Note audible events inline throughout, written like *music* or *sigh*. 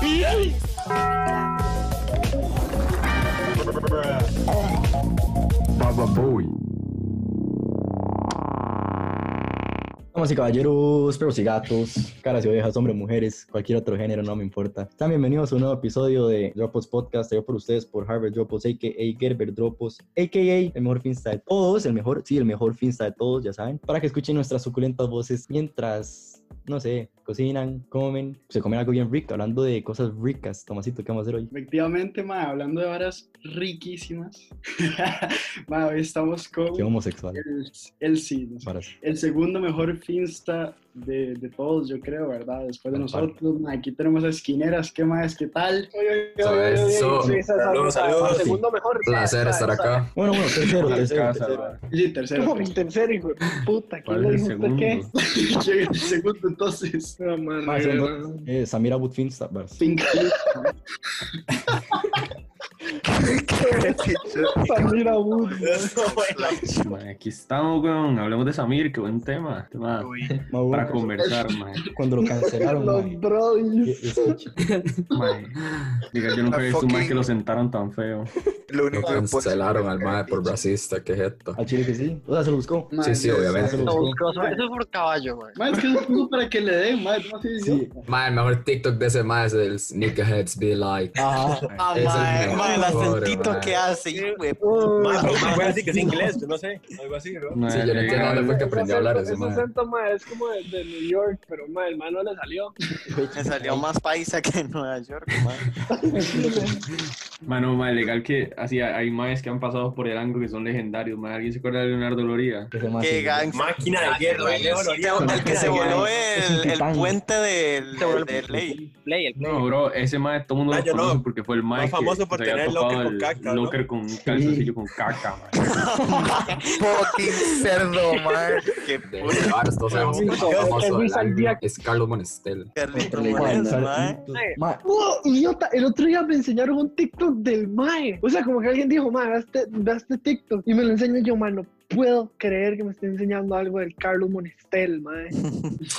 sí. Damas y caballeros, perros y gatos, caras y ovejas, hombres, mujeres, cualquier otro género, no me importa. Sean bienvenidos a un nuevo episodio de Dropos Podcast, traído por ustedes por Harvard Dropos, a.k.a. Gerber Dropos, a.k.a. el mejor finsta de todos, el mejor, sí, el mejor finsta de todos, ya saben, para que escuchen nuestras suculentas voces mientras, no sé, cocinan, comen, se comen algo bien rico, hablando de cosas ricas. Tomasito, ¿qué vamos a hacer hoy? Efectivamente, ma, hablando de varas riquísimas. *laughs* ma, hoy estamos con Qué homosexual. el, el sí, no sé. Para el segundo mejor Finsta de, de todos, yo creo, ¿verdad? Después de Al par. nosotros, ma, aquí tenemos a Esquineras, ¿qué más? ¿Qué tal? Eso, Sí, esa es la saludos, ruta. saludos. Segundo mejor. Placer Esa, estar esa. acá. Bueno, bueno, tercero, tercero, tercero. Sí, tercero. No, mi tercero, hijo de puta. ¿Quién ¿Cuál le es el dijo segundo? usted qué? *laughs* Llega *laughs* *laughs* el segundo, entonces. No, man, Ah, Más no, *laughs* segundo, eh, Samira Butfinsta, verás. Finca. *laughs* Samira Wood. Mae, aquí estamos, weón. Hablemos de Samir, qué buen tema. Ma, Tema bueno, para conversar, mae. cuando lo cancelaron, *laughs* Los man. Brodies. Escuche. Mae. Diga, yo nunca he visto un mae que lo sentaron tan feo. Lo Lo único que puedo cancelaron hacer al es mae decir, por racista, qué jeta. Al chile que sí. O sea, se lo buscó. Ma, Sí, sí, yo- obviamente. Eso No, buscó. buscamos, Eso es por caballo, man. Ma, es que es como para que le den, ma, no soy Sí. idiota. Mae, el mejor TikTok de ese mae es el Sneakerheads Be Like. *laughs* Ajá. Ah, Es el mae, mejor, mae, el pobre, acentito mae. que hace, hijo de Oh, Ah, pero más puede decir que es inglés, yo no sé. Algo así, ¿no? Mae, Sí, yo no entiendo dónde fue que aprendí a hablar ese ese mae. acento, ma, es como de, de New York, pero ma, el man no le salió. Me salió más paisa que en Nueva York, man. Mae, no, mae, legal que así hay- hay maes que han pasado por el ángulo que son legendarios, mae. ¿Alguien se acuerda de Leonardo Loría? Ese man Qué sí. gangsta. Máquina de guerra, el Leo Loría. El que se voló Es un el, el titán. puente del, Este del ley. Play, el No, bro, ese mae todo el mundo Ah, lo yo no. conoce porque fue el mae Más que famoso por se había tener topado locker con el caca, ¿no? locker con calzoncillo con caca, *laughs* mae. Fucking cerdo, man. Qué De puta hecho, ahora todos sabemos que el más Dios, famoso Luis del año Santiago. es Carlos Monestel. Carlito, Ma, man, el mae. sargento. Ma, Oh, idiota, el otro día me enseñaron un TikTok del Mae. O sea, como que alguien dijo, Mae, ve este, ve este TikTok. Y me lo enseño yo, Mae, no puedo creer que me esté enseñando algo del Carlos Monestel, Mae.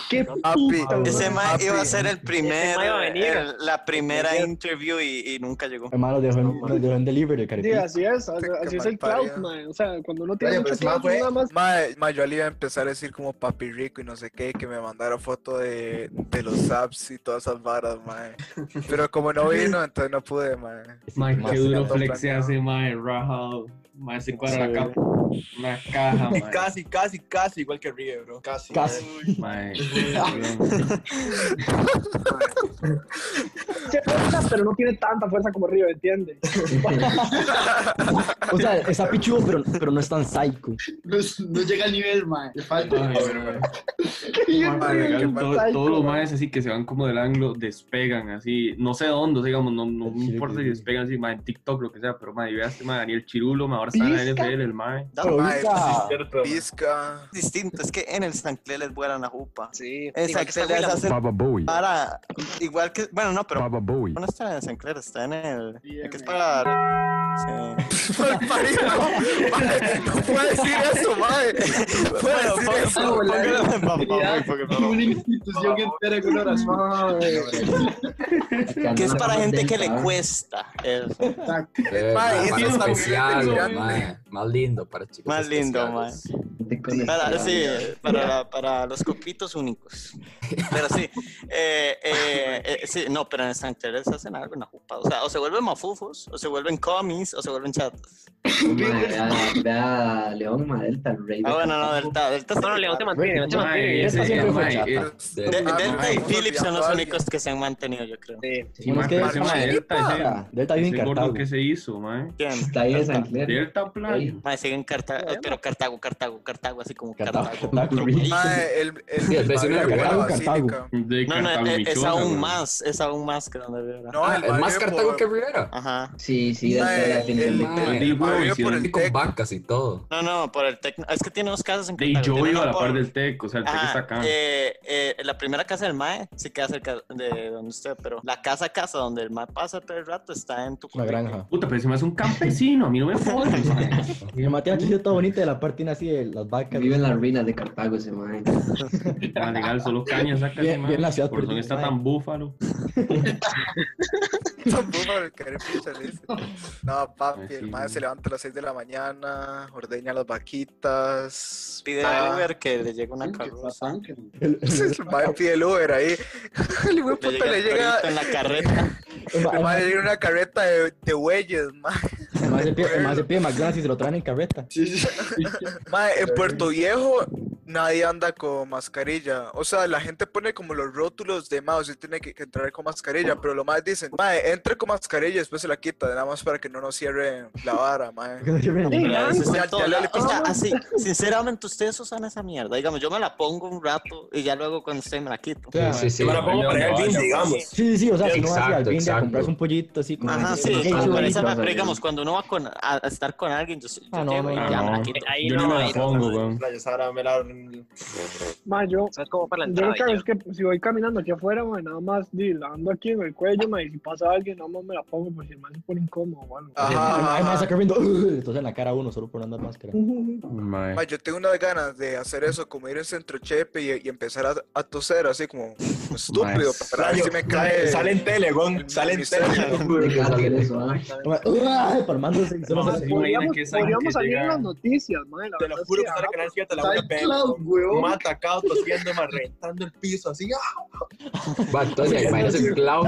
Qué Papi, puta, mae. Ese man Papi, iba a ser el Ese primer, mae iba a venir. el- la primera Venía. interview y, y nunca llegó. hermano, nos dejó, en- nos dejó en delivery, el Sí, caripí. así es, así, Qué así es el malparido. cloud, mae. O sea, cuando uno *laughs* Oye, tiene mucho pues, ma, cloud, fue- nada más. ma, ma, yo le iba a empezar a decir como papi rico y no sé qué, que me mandara foto de, de los zaps y todas esas varas, mae. Pero como no *laughs* vino, entonces no pude, mae. Mae, ma, qué sí, duro todo flex se planeado. hace, mae, rajado. Mae, se cuadra Sí. la capa. Una *laughs* caja, mae. Casi, casi, casi igual que Rie, bro. Casi. Casi. *laughs* Mae, Tiene fuerza, pero no tiene tanta fuerza como Río, *laughs* ¿entiendes? *laughs* O sea, está pichudo, pero, pero no es tan psycho. No, no llega al nivel, ma. Le falta. Mae, qué mal- Todos *laughs* los maes así que se van como del ángulo despegan así, no sé dónde, o sea, digamos, no, no me Sí, importa sí, si sí. despegan así, mae, en TikTok, lo que sea, pero mae, veas este mae, Daniel Chirulo, mae, ahora está en la ¿Viste? NFL, el mae. Pero Ma, ubica- Cierto. Pizca. Distinto, es que en el Sanclé les vuelan la jupa. Sí. En Sanclé les hacen para. Igual que. Bueno, no, pero. No está en el Sancler, está en el. Sí, el que es en para. Sí. Mal parido, mae, No puede decir eso, mae. No puede Bueno, decir pon- eso. eso, póngalo boludo. en papá, güey, porque no lo- Una institución entera con horas. Que es para gente que le cuesta. el- Exacto. Eh, Mae, mae, es para que es especiales, grande. mae. Más lindo para chicos. Más lindo, mae. especiales. Para, sí, para, la- para los *laughs* copitos únicos. Pero sí, eh, eh, eh, sí, no, pero en San Cleres hacen algo en la jupa. O sea, o se vuelven mafufos, o se vuelven comis, o se vuelven chatos. León Madelta, el rey. Ah, bueno, no, Delta. Delta está- No, no, León te mantiene, León te Mae, mantiene. ese siempre mae, fue mae, chata. es- De- De- Delta y Ah, Phillips son los olvidado. únicos que se han mantenido, yo creo. sí, mae, Es que- pero ese mae, mae, Delta, ese- Ah, Delta vive en ese gordo Cartago. que se hizo, mae. ¿Entiendes? Está ahí en San Clemente. Delta Play. Mae, siguen Cartago, pero Cartago, Cartago, Cartago, así como Cartago, Cartago. Cartago. Mae, el, el, Sí, el vecino de barrio por la Cartago, Cartago. basílica. De No, no, Cartago, es, es Michoacán, aún mae. más, es aún más que donde vive. Ah, No, el Es más barrio Cartago por- que Rivera. Ajá. Sí, sí, Ma, Delta la el- tiene el- que mae. el barrio Sí, por sí, el Y con Tec. vacas y todo. No, no, por el Tecno. Es que tiene dos casas en De y Cartago. yo tiene iba a una la por- par del Tec, o sea, el Tec está Ajá, acá. eh, eh, la primera casa del MAE se queda cerca de donde usted, pero la casa casa donde el MAE pasa todo el rato está en tu Una granja. *laughs* Pues Puta, pero ese mae es un campesino, a mí no me jodas, mae. Y el Matías aquí está bonito de la parte tiene así de las pacas. Vive en las ruinas de Cartago ese mae. Ah, legal, solo caña saca Bien- ese, bien la mae. ciudad Por eso perdida, está mae. tan búfalo. Tampoco el que era pinche listo. No, papi, el mae se levanta a las 6 de la mañana, ordeña las vaquitas. Pide va. al Uber que le llegue una carroza. *laughs* El- el- El mae pide el Uber ahí. *laughs* El hijo de Le puta llega le el llega. perrito en la carreta. el *laughs* ma- Le el ma- va a llegar una carreta de, de bueyes, mae. el ma se pide- el ma se pide McDonald's y se lo traen en carreta. Sí, *laughs* sí, sí. Mae, en Puerto Viejo nadie anda con mascarilla. O sea, la gente pone como los rótulos de mae, usted tiene que, que entrar con mascarilla, pero lo más dicen, mae, entre con mascarilla y después se la quita, nada más para que no nos cierre la *laughs* vara, mae. Yo Pero eso Ya- está ya en todo le- lado. O sea, así, sinceramente, ustedes usan esa mierda. Digamos, yo me la pongo un rato y ya luego cuando usted me la quito. Sí, sí. Yo me la pongo Yo para no, el yo- fin, digamos. Sí, sí, sí, o sea, si no vas a ir al Exacto, fin de a exacto. comprarse un pollito así como. Ajá, sí, Ey, sí, sí, su pero esa- bonito. sí, pero sí. digamos, cuando uno va con, a, a estar con alguien, yo, yo Ah, no, llego y no, ya no. me la quito. Ahí Yo ni no, me la ahí no. pongo, weón. Yo ahora me la... Ma, yo, Eso es como para la yo lo entrada. que hago y es que pues, si voy caminando aquí afuera, ma, nada más di, la ando aquí en el cuello, ma, y si pasa alguien, nada más me la pongo por si el man se pone incómodo o algo. Ajá, Además, ajá. sacar viendo. "Ugh", *laughs* Entonces en la cara a uno solo por andar máscara. Eh. Mae. Mae, yo tengo unas ganas de hacer eso, como ir en centro chepe y, y empezar a, a toser así *laughs* como estúpido, Mae, para ver si me cae. Sale en tele, weón. Sale en tele. ¡uh! ¿Dónde quedas hacer eso? ah? Ugh, Palmándose. y solo No, se- sí. Podríamos, Imagina que esa gente podríamos salir llega- en las noticias, ma, la Te lo verdad es juro que, que sale ajá, Canal 7 a la Está 1 en p.m. cloud, weón. Más atacado, tosiendo, más rentando el piso, así. ¡ah! Va, entonces, imagínese, Clau,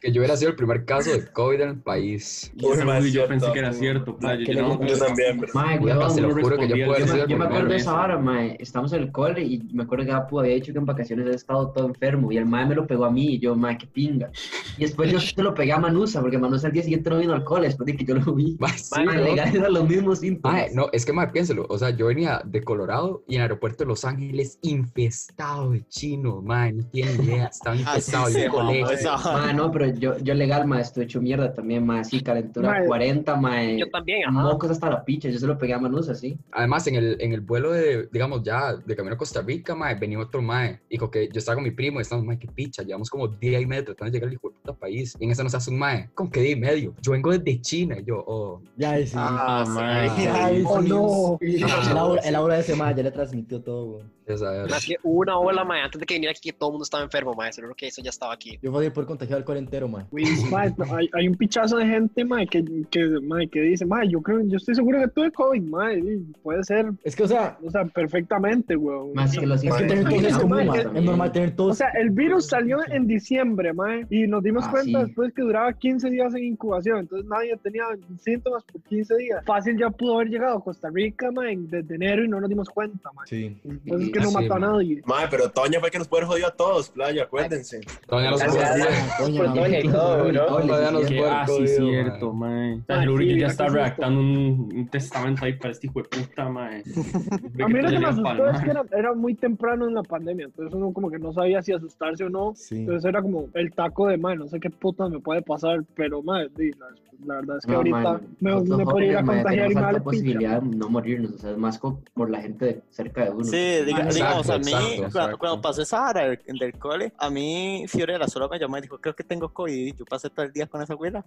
que yo hubiera sido el primer caso de COVID en el país. Ese Mae, güey yo cierto, pensé que era weón. cierto, playa. que Yo no, le- Yo también, pero... Mae, Puta, weón, se lo no juro que yo pude respondí haber al- Yo me, sido el yo me primer acuerdo de vez. esa vara, mae. Estamos en el cole y me acuerdo que Apu había dicho que en vacaciones había estado todo enfermo y el mae me lo pegó a mí y yo, mae, qué pinga. Y después yo se lo pegué a Manusa porque Manusa al día siguiente no vino al cole después de que yo lo vi. *laughs* Mae, sí, Mae, ¿no? legal, eran los mismos síntomas. Mae, no, es que mae, piénselo. O sea, yo venía de Colorado y en el aeropuerto de Los Ángeles infestado de chinos, mae, no tienen idea, estaba infestado Ah, sí, el colegio. Mae, no, pero yo, yo legal, mae, estoy hecho mierda también, mae, sí, calentura Mae. 40, mae, Yo también, ajá. mocos hasta la picha, yo se lo pegué a Manusa, sí. Además, en el, en el vuelo de, digamos, ya de camino a Costa Rica, mae, venía otro mae. Dijo que yo estaba con mi primo y estamos, mae, qué picha. Llevamos como día y medio tratando de llegar al hijo de puta país. Y en esa nos hace un mae. ¿Con qué día y medio? Yo vengo desde China. Y yo, oh. Ya, sí. Ah, *laughs* mae. Ay, Oh, no. Ah, El aura, el aura de ese ma ya le transmitió todo, güey. Esa era. Más que una ola, mae, antes de que viniera aquí, todo el mundo estaba enfermo, mae. Seguro que eso ya estaba aquí. Yo podía poder contagiar al cuarentero, ma. Ma, no, hay, hay un pichazo de gente, ma, que, que, ma, que dice, ma, yo creo, yo estoy seguro que tuve COVID, ma, y puede ser, Es que, o sea, o sea, perfectamente, weón. Más que los es que síntomas son tener tos es ma, común, síntomas ma. Es también. normal tener O tos. sea, el virus salió en diciembre, mae, y nos dimos Ah, cuenta sí. después que duraba 15 días en incubación, entonces nadie tenía síntomas por 15 días. Fácil ya pudo haber llegado a Costa Rica, mae, desde enero y no nos dimos cuenta, mae. Sí. Entonces Pues es que no Sí, mató a mae. nadie. Mae, pero Toña fue el que nos puede jodido a todos, playa, acuérdense. Todavía los Gracias. puercos. Pues, doña y todo, bro. Todavía los Que, ah, puercos. sí, digo, cierto, mae. mae. O sea, Ah, el Uri sí, ya la está cosa es redactando un, un testamento ahí para este hijo de puta, mae. A mí lo que me asustó es que era, era muy temprano en la pandemia, entonces uno como que no sabía si asustarse o no. Sí. Entonces era como el taco de mae, no sé qué putas me puede pasar, pero mae, di, la, la verdad es que No, ahorita mae, me, nosotros me podría ir a jóvenes, mae, contagiar y tenemos me alta vale picha. posibilidad de no morirnos, o sea, es más co- por la gente de- cerca de uno. Sí, diga- Ah, digamos, a mí, exacto, cua- exacto. Cuando, pasó esa vara del, del cole, a mí Fiorella solo me llamó y dijo, creo que tengo COVID, y yo pasé todo el día con esa abuela,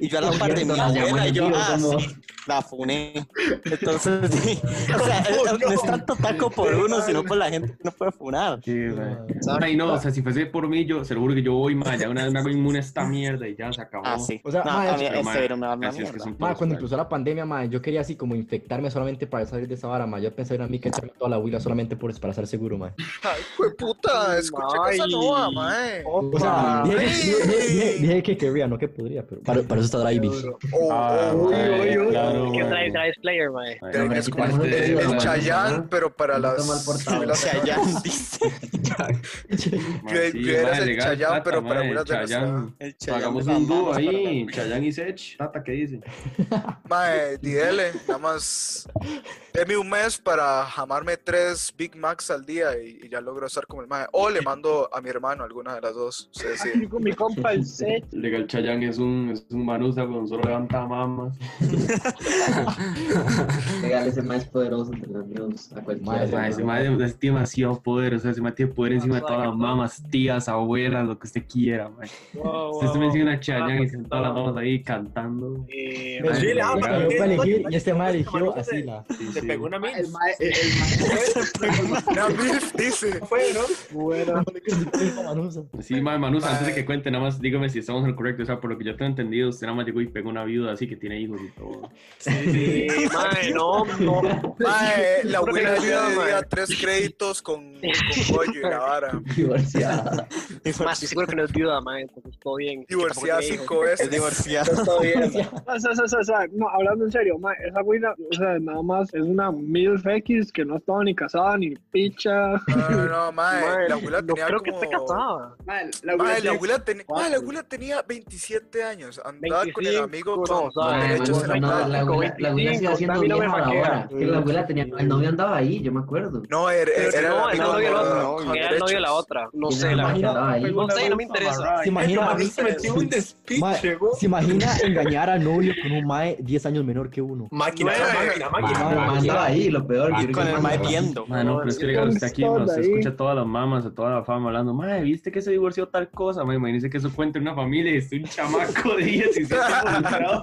y yo a la par de mi abuela, y yo, ah, sí, la funé. Entonces, sí, o sea, eh, Oh, no es no. tanto taco por uno, sino por la gente que no puede funar. Ahora, y no, o sea, si fuese por mí, yo seguro que yo voy, mae, ya una vez me hago inmune a esta mierda y ya se acabó. Ah, sí. O sea, No, ma, a mí es- Pero, ese mae, virus me da una así es que mierda. son Ma, todos, cuando mae. empezó la pandemia, ma, yo quería así como infectarme solamente para salir de esa vara, ma. Yo pensé en a mí que echarme toda la huila solamente por, para estar seguro, ma. Ay, jue puta, escucha Ay. Casanova, mae. O sea, Ah, dije, que- sí. dije- dije- dije que querría, no que podría, pero para, para eso está Drive Oh, Ah, oh, mae, uy, uy, uy. claro, ¿Qué mae. trae, trae player, mae? Mae, Pero- Es como Ahora sí el, tenemos el que- Chayán, pero para Está las. mal portado. las- *laughs* Chayanne, dice. mae, yo era mae, el legal, Chayán, plata, pero para mae, puras de Chayán. nuestra- El Chayanne Hagamos de las un dúo manos ahí, para- Chayanne y Sech. Tata, ¿qué dice? *laughs* Mae, DL, nada más. Deme un mes para jamarme tres Big Macs al día y, y ya logro estar como el mae. O le mando a mi hermano alguna de las dos. Ustedes Así sí. con mi compa el Sech, *laughs* Legal Chayán es un, es un manusa cuando solo levanta mamas. *laughs* Legal, es el más poderoso entre los míos, a Mae, cualquiera. Mae, ese mae es demasiado poder, o sea, ese mae tiene poder encima de toda la a mamás, tías, abuelas, lo que usted quiera, mae. Usted se menciona a Chayanne y sentó a las mamás ahí cantando. Eh, Pues Pero madre, sí, la- madre, la- madre, Yo madre, elegí madre, y este mal madre, eligió madre, así madre, la. Sí, Se sí. pegó una mil. El mae, el, el La MILF dice. No fue, ¿no? mae, bueno. Sí, mae, Manusa, antes de que cuente, nada más dígame si estamos en lo correcto. O sea, por lo que yo tengo entendido, usted nada más llegó y pegó una viuda así que tiene hijos y todo. Sí, mae, no, *laughs* no. *laughs* Mae, la Pura abuela negación, ya debía mae. tres créditos *laughs* con, con pollo y la vara. Divorciada. Más, estoy seguro que no es viuda, mae, entonces todo bien. Divorciada Tampoco tiene cinco hijos. *laughs* Es veces. divorciado. Todo bien. O sea, o sea, o sea, o sea, no, hablando en serio, mae, esa güina, o sea, nada más es una mil X que no estaba ni casada ni picha. No, no, no, mae. *laughs* Mae, La abuela no tenía creo que esté como. casada. Mae, la abuela Mae, la tiene- abuela, tenía mae, la cuatro. abuela tenía 27 años. Andaba con el 25, amigo no, con, o sea, con mae, derechos en la mae, no, playa. la abuela, la abuela sigue haciendo También no me vieja maquea. ahora. Que la abuela tenía, el novio andaba ahí, yo me acuerdo. No, era, Pero era no, er, el era amigo novio de la con- otra. con Era el novio de la derechos. otra. No Y sé, nada la más verdad. andaba ahí. No sé, no me interesa. ¿Se Esta imagina, madre se metió *laughs* un mae, despiche, güey. ¿Se imagina engañar al novio con un mae 10 años menor que uno? Máquina, Nueve. máquina, El máquina. mae andaba ahí, lo peor. yo creo Con que el el mae mae- viendo. Mae, Ah, no, pero es que llegar usted aquí, mae, usted escucha a todas las mamás, a toda la fama hablando, mae, viste que se divorció tal cosa, mae, imagínese que eso cuenta en una familia y es un chamaco de 16 involucrado.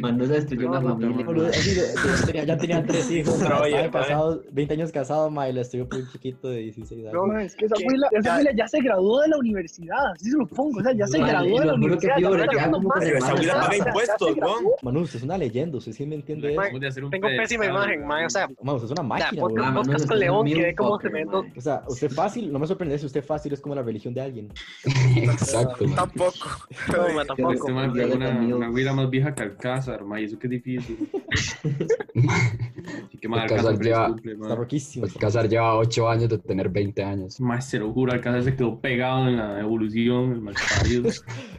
Man, no se *laughs* destruyó una No, no, familia. no, Boludo, así de- de- tenía- ya tenía tres hijos, mae, Oye, estaba mae. casado, 20 años casado, mae, le estudió por un chiquito de 16 años. No, mae, es que esa ¿Qué? güila, esa Ya- güila ya se graduó de la universidad, así se lo pongo, o sea, ya se Mae, graduó de lo la juro que universidad. pido ya está bregar ganando como más, que ya Esa está abuela paga casada, impuestos, ya se güey. graduó. Manu, usted es una leyenda, usted sí me entiende eso. Mae, Hemos de hacer un Tengo pésima pedestal, imagen, mae, o sea, mae. Mae, usted es una la máquina, podcast, boludo. Manu, podcast no con es León, un que ve cómo fucker, tremendo. mae. O sea, usted fácil, no me sorprende si usted fácil es como la religión de alguien. Exacto, mae. Tampoco. *laughs* No, mae, tampoco. Este mae Como pegó Violeta una, Mills. una güira más vieja que Alcázar, mae, eso que es *laughs* difícil. Así que mae, Alcázar Alcázar feliz lleva- cumple, Está mae. roquísimo. Pues Casar lleva 8 años de tener 20 años. Mae, se lo juro, Alcázar se quedó pegado en la evolución, el mal parido.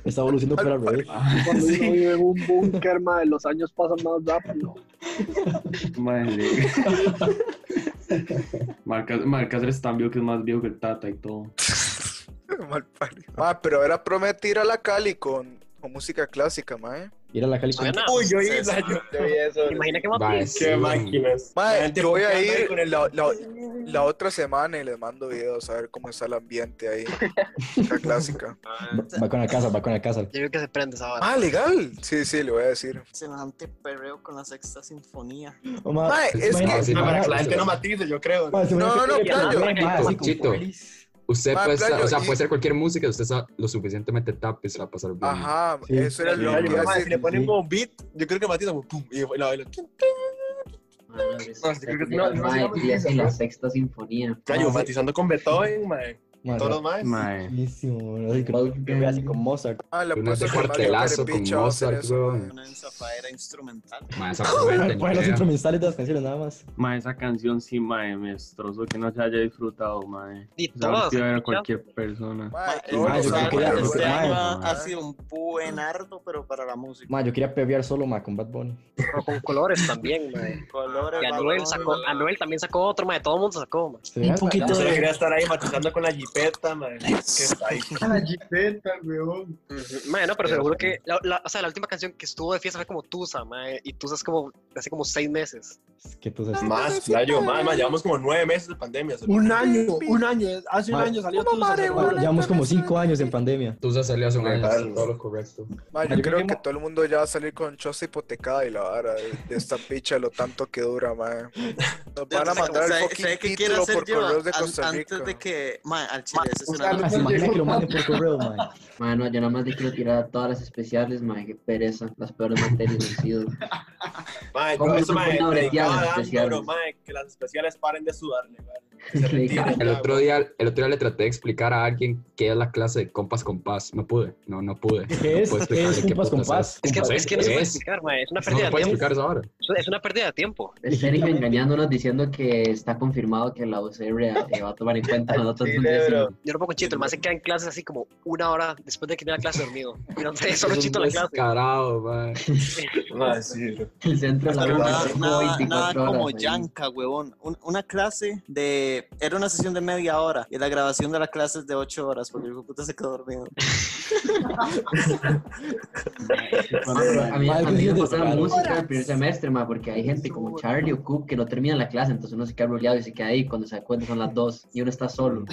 Está evolucionando por al *laughs* revés. Ah, Cuando uno sí, vive en un búnker, mae, los años pasan más rápido. mae, *laughs* le- Mae, Alcázar mae, Alcázar es tan viejo que es más viejo que el Tata y todo. *laughs* Mal parido. Mae, pero era prometido ir a la Cali con, con música clásica, ¿eh? mae. Ir a la Cali con- Suena. Uy, yo Sí, iba, sí. yo yo vi eso. Imagina que Mae, más sí, Qué máquinas. La Mae, gente yo voy a puteando ahí ir con el- la, *laughs* la- la otra semana y les mando videos a ver cómo está el ambiente ahí. *laughs* Música Ah, clásica. Va va con la casa, va con la casa. Yo creo que se prende esa vara. Ah, legal. Sí, sí, le voy a decir. Semejante perreo con la sexta sinfonía. Oh, mae, Mae, se es imagina- que- se No, imagina- Ah, para que la gente no matice, yo creo. mae, se No, imagina no, que- no, playo. mae, así con Chito. polis. Usted Mae, puede, playo, estar- o sea, y- puede ser cualquier música que usted sea lo suficientemente tape y se la va a pasar bien. Ajá, Sí. eso era lo Yo que digo, iba a mae, Si decir. le ponen Sí. como un beat, yo creo que matiza como pum. Y la baila. No, Ah, sí, creo que sí, no, el no, mae, sí, no, y hace sí, la no. sexta sinfonía. Playo, sí. matizando con Beethoven, mae. Mae, Todos los maes. Mae. Buenísimo, boludo, así con- que vea así con Mozart. Ah, la Una apuesto de que Mario cuartelazo Carepicha con va a hacer Mozart, eso, weón. mae. Una ensafadera instrumental. Mae, esa fue la Bueno, los idea. instrumentales de las canciones nada más. Mae, esa canción sí, mae, me destrozó que no se haya disfrutado, mae. Y O sea, ahora todas, sí va a ver a escuchas. cualquier persona. Mae, Ma- todos mae, los yo creo años, que ya- mae. este mae, año ha, mae. ha sido un buenardo, pero para la música. Mae, yo quería pebear solo, mae, con Bad Bunny. Pero con colores también, mae. Colores, Y Anuel, valores, sacó, valores. Anuel también sacó otro, mae. Todo el mundo sacó, mae. Se ve hasta- Yo solo quería estar ahí matizando con la jipeta, mae. Qué psycho. La jipeta, weón. Mae, no, pero seguro que. La, la- o sea, la última canción que estuvo de fiesta fue como Tusa, mae. Y Tusa es como. Hace como seis meses. Es que tú Pues sabes- Más, playo, más, más. Llevamos como nueve meses de pandemia. se- Un año, un año, hace un Mae. año salió todo Mae, Llevamos como 5 años en pandemia. Tú ya salió hace un año, Claro. sí, todo lo correcto. Mae, Yo yo creo creo que todo el mundo ya va a salir con choza hipotecada y la vara de, de esta picha, lo tanto que dura, mae. Nos van a ¿Sabe- mandar sabe- el sabe fucking qué quiero título hacer por yo? correos de An- Costa Rica. Antes de que. Ma, al chile, ese es sea, una- Mae, Ah, se imagina que lo *laughs* manden por correo, mae. Mano, yo nada más le quiero tirar a todas las especiales, mae, qué pereza. Las peores materias han sido. Mae, ¿Cómo yo eso, se mae, ponen predicaba ahora dando, las especiales? bro, mae, que las especiales paren de sudarle, mae. El otro, día, el otro día le traté de explicar a alguien qué es la clase de compas con paz. No pude, no, no pude. ¿Qué es? puedo explicarle ¿Qué es Pues, qué compas con putas paz? Es que, Compas, es que no se ¿qué puede es? explicar, mae. Es una No pérdida lo de puedo tiempo. explicar esa ahora. Es una pérdida de tiempo. El Sergio engañándonos diciendo que está confirmado que la UCR eh, va a tomar en cuenta los datos de un décimo. Yo no pongo chito, el mae se queda en clases así como una hora después de que viene la clase dormido. *laughs* Y no sé, solo Es un chito en la clase. *laughs* Descarado, mae. Mae, sí, bro. El centro de la Pero UCR nada, estuvo nada- 24 nada horas como ahí. yanca, huevón. Un- una clase de que era una sesión de media hora y la grabación de la clase es de ocho horas porque el hijo de puta se quedó dormido. *laughs* A mí, a mí me pasaba Horas. música el primer semestre, ma, porque hay gente como Charlie o Coop que no termina la clase, entonces uno se queda bloqueado y se queda ahí cuando se da cuenta son las dos y uno está solo.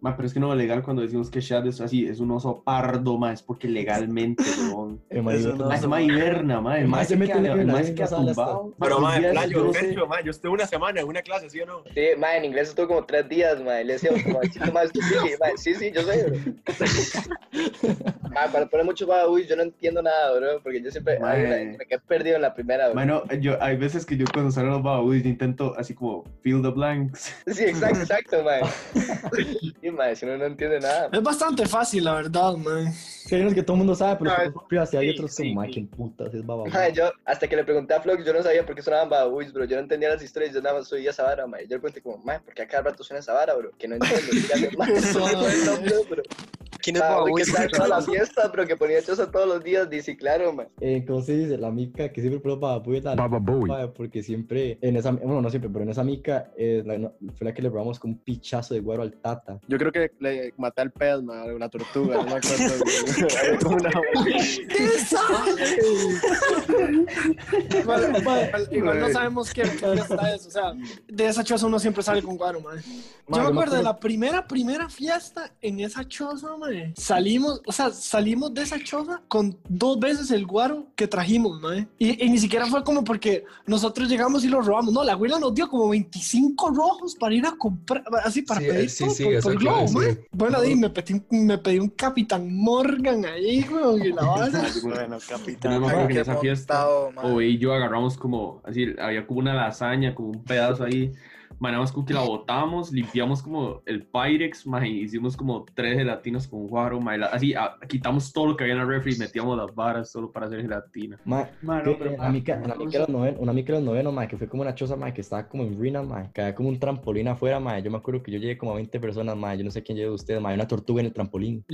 Ma, pero es que no legal cuando decimos que Shad es así, es un oso pardo, ma, es porque legalmente, weón. El mae Eso dijo, no. Ma, ese ma hiberna, ma, el Ma, ma se se mete queda, en la el ma se verga, queda sale hasta- tumbado. Pero, Los mae, días playo, yo sé- Sergio, mae, yo estuve una semana en una clase, ¿sí o no? Sí, ma, en inglés estuvo como tres días, ma. y Le decía, como, "Sí, ma, sí, sí, ma, sí, sí, yo sé, bro. Ma, para poner mucho, ma, uy, yo no entiendo nada, bro, porque yo siempre Ma, ay, eh. me, me quedé perdido en la primera, bro. Bueno, yo, hay veces que yo cuando salen los baús intento así como fill the blanks. Sí, exacto, exacto, ma. Sí, ma, si uno no entiende nada. Es bastante fácil, la verdad, man. Que hay unos que todo el mundo sabe, pero Ah, los que son privadas, y hay sí, otros sí, como, mae, sí. qué putas, es baba. Ma, yo, hasta que le pregunté a Flox, yo no sabía por qué sonaban babuis, bro. Yo no entendía las historias, yo nada más subía esa vara, ma. y Yo le pregunté como, ma, ¿por qué a cada rato suena esa vara, bro? Que no *laughs* entiendo. Y ya, ma, no, *laughs* bro. ¿Quién es Ah, Bobo? güey, que estaba en todas las fiestas, pero que ponía chosa todos los días, dice, claro, man. Entonces Eh, dice la mica que siempre probó Baba Booey es la Baba Booey. mae, porque siempre en esa bueno no siempre pero en esa mica eh, la- no, fue la que le probamos con un pichazo de guaro al tata Yo creo que le maté al pez, man, una tortuga, no me acuerdo. güey. Había como una- *laughs* Mae, mae, Igual no sabemos qué, qué fiesta es, o sea, de esa choza uno siempre sale con guaro, man. Yo me acuerdo de la primera, primera fiesta en esa choza, man. Salimos, o sea, salimos de esa choza con dos veces el guaro que trajimos, man. Y, y ni siquiera fue como porque nosotros llegamos y lo robamos. No, la abuela nos dio como 25 rojos para ir a comprar, así para Sí, eh, pedir sí, todo sí, por, eso por te iba a globo, decir. man. Bueno, di, me pedí, un- me pedí un Capitán Morgan ahí, güey, *laughs* y la vara. Bueno, Yo capitán. no me acuerdo ay, que en qué esa fiesta, montado, man. O y yo agarramos como, así, había como una lasaña, como un pedazo ahí. Manamos como que la botamos, limpiamos como el Pyrex, ma, y hicimos como tres gelatinas con guaro, ma, y la- así, a- quitamos todo lo que había en la refri y metíamos las varas solo para hacer gelatina. mae, Ma, que, no, pero, eh, ma, la mica la no mica de los noveno una mica de los noveno mae, que fue como una choza mae, que estaba como en Rina mae, que había como un trampolín afuera mae. yo me acuerdo que yo llegué como a 20 personas mae, yo no sé quién llegó de ustedes mae, había una tortuga en el trampolín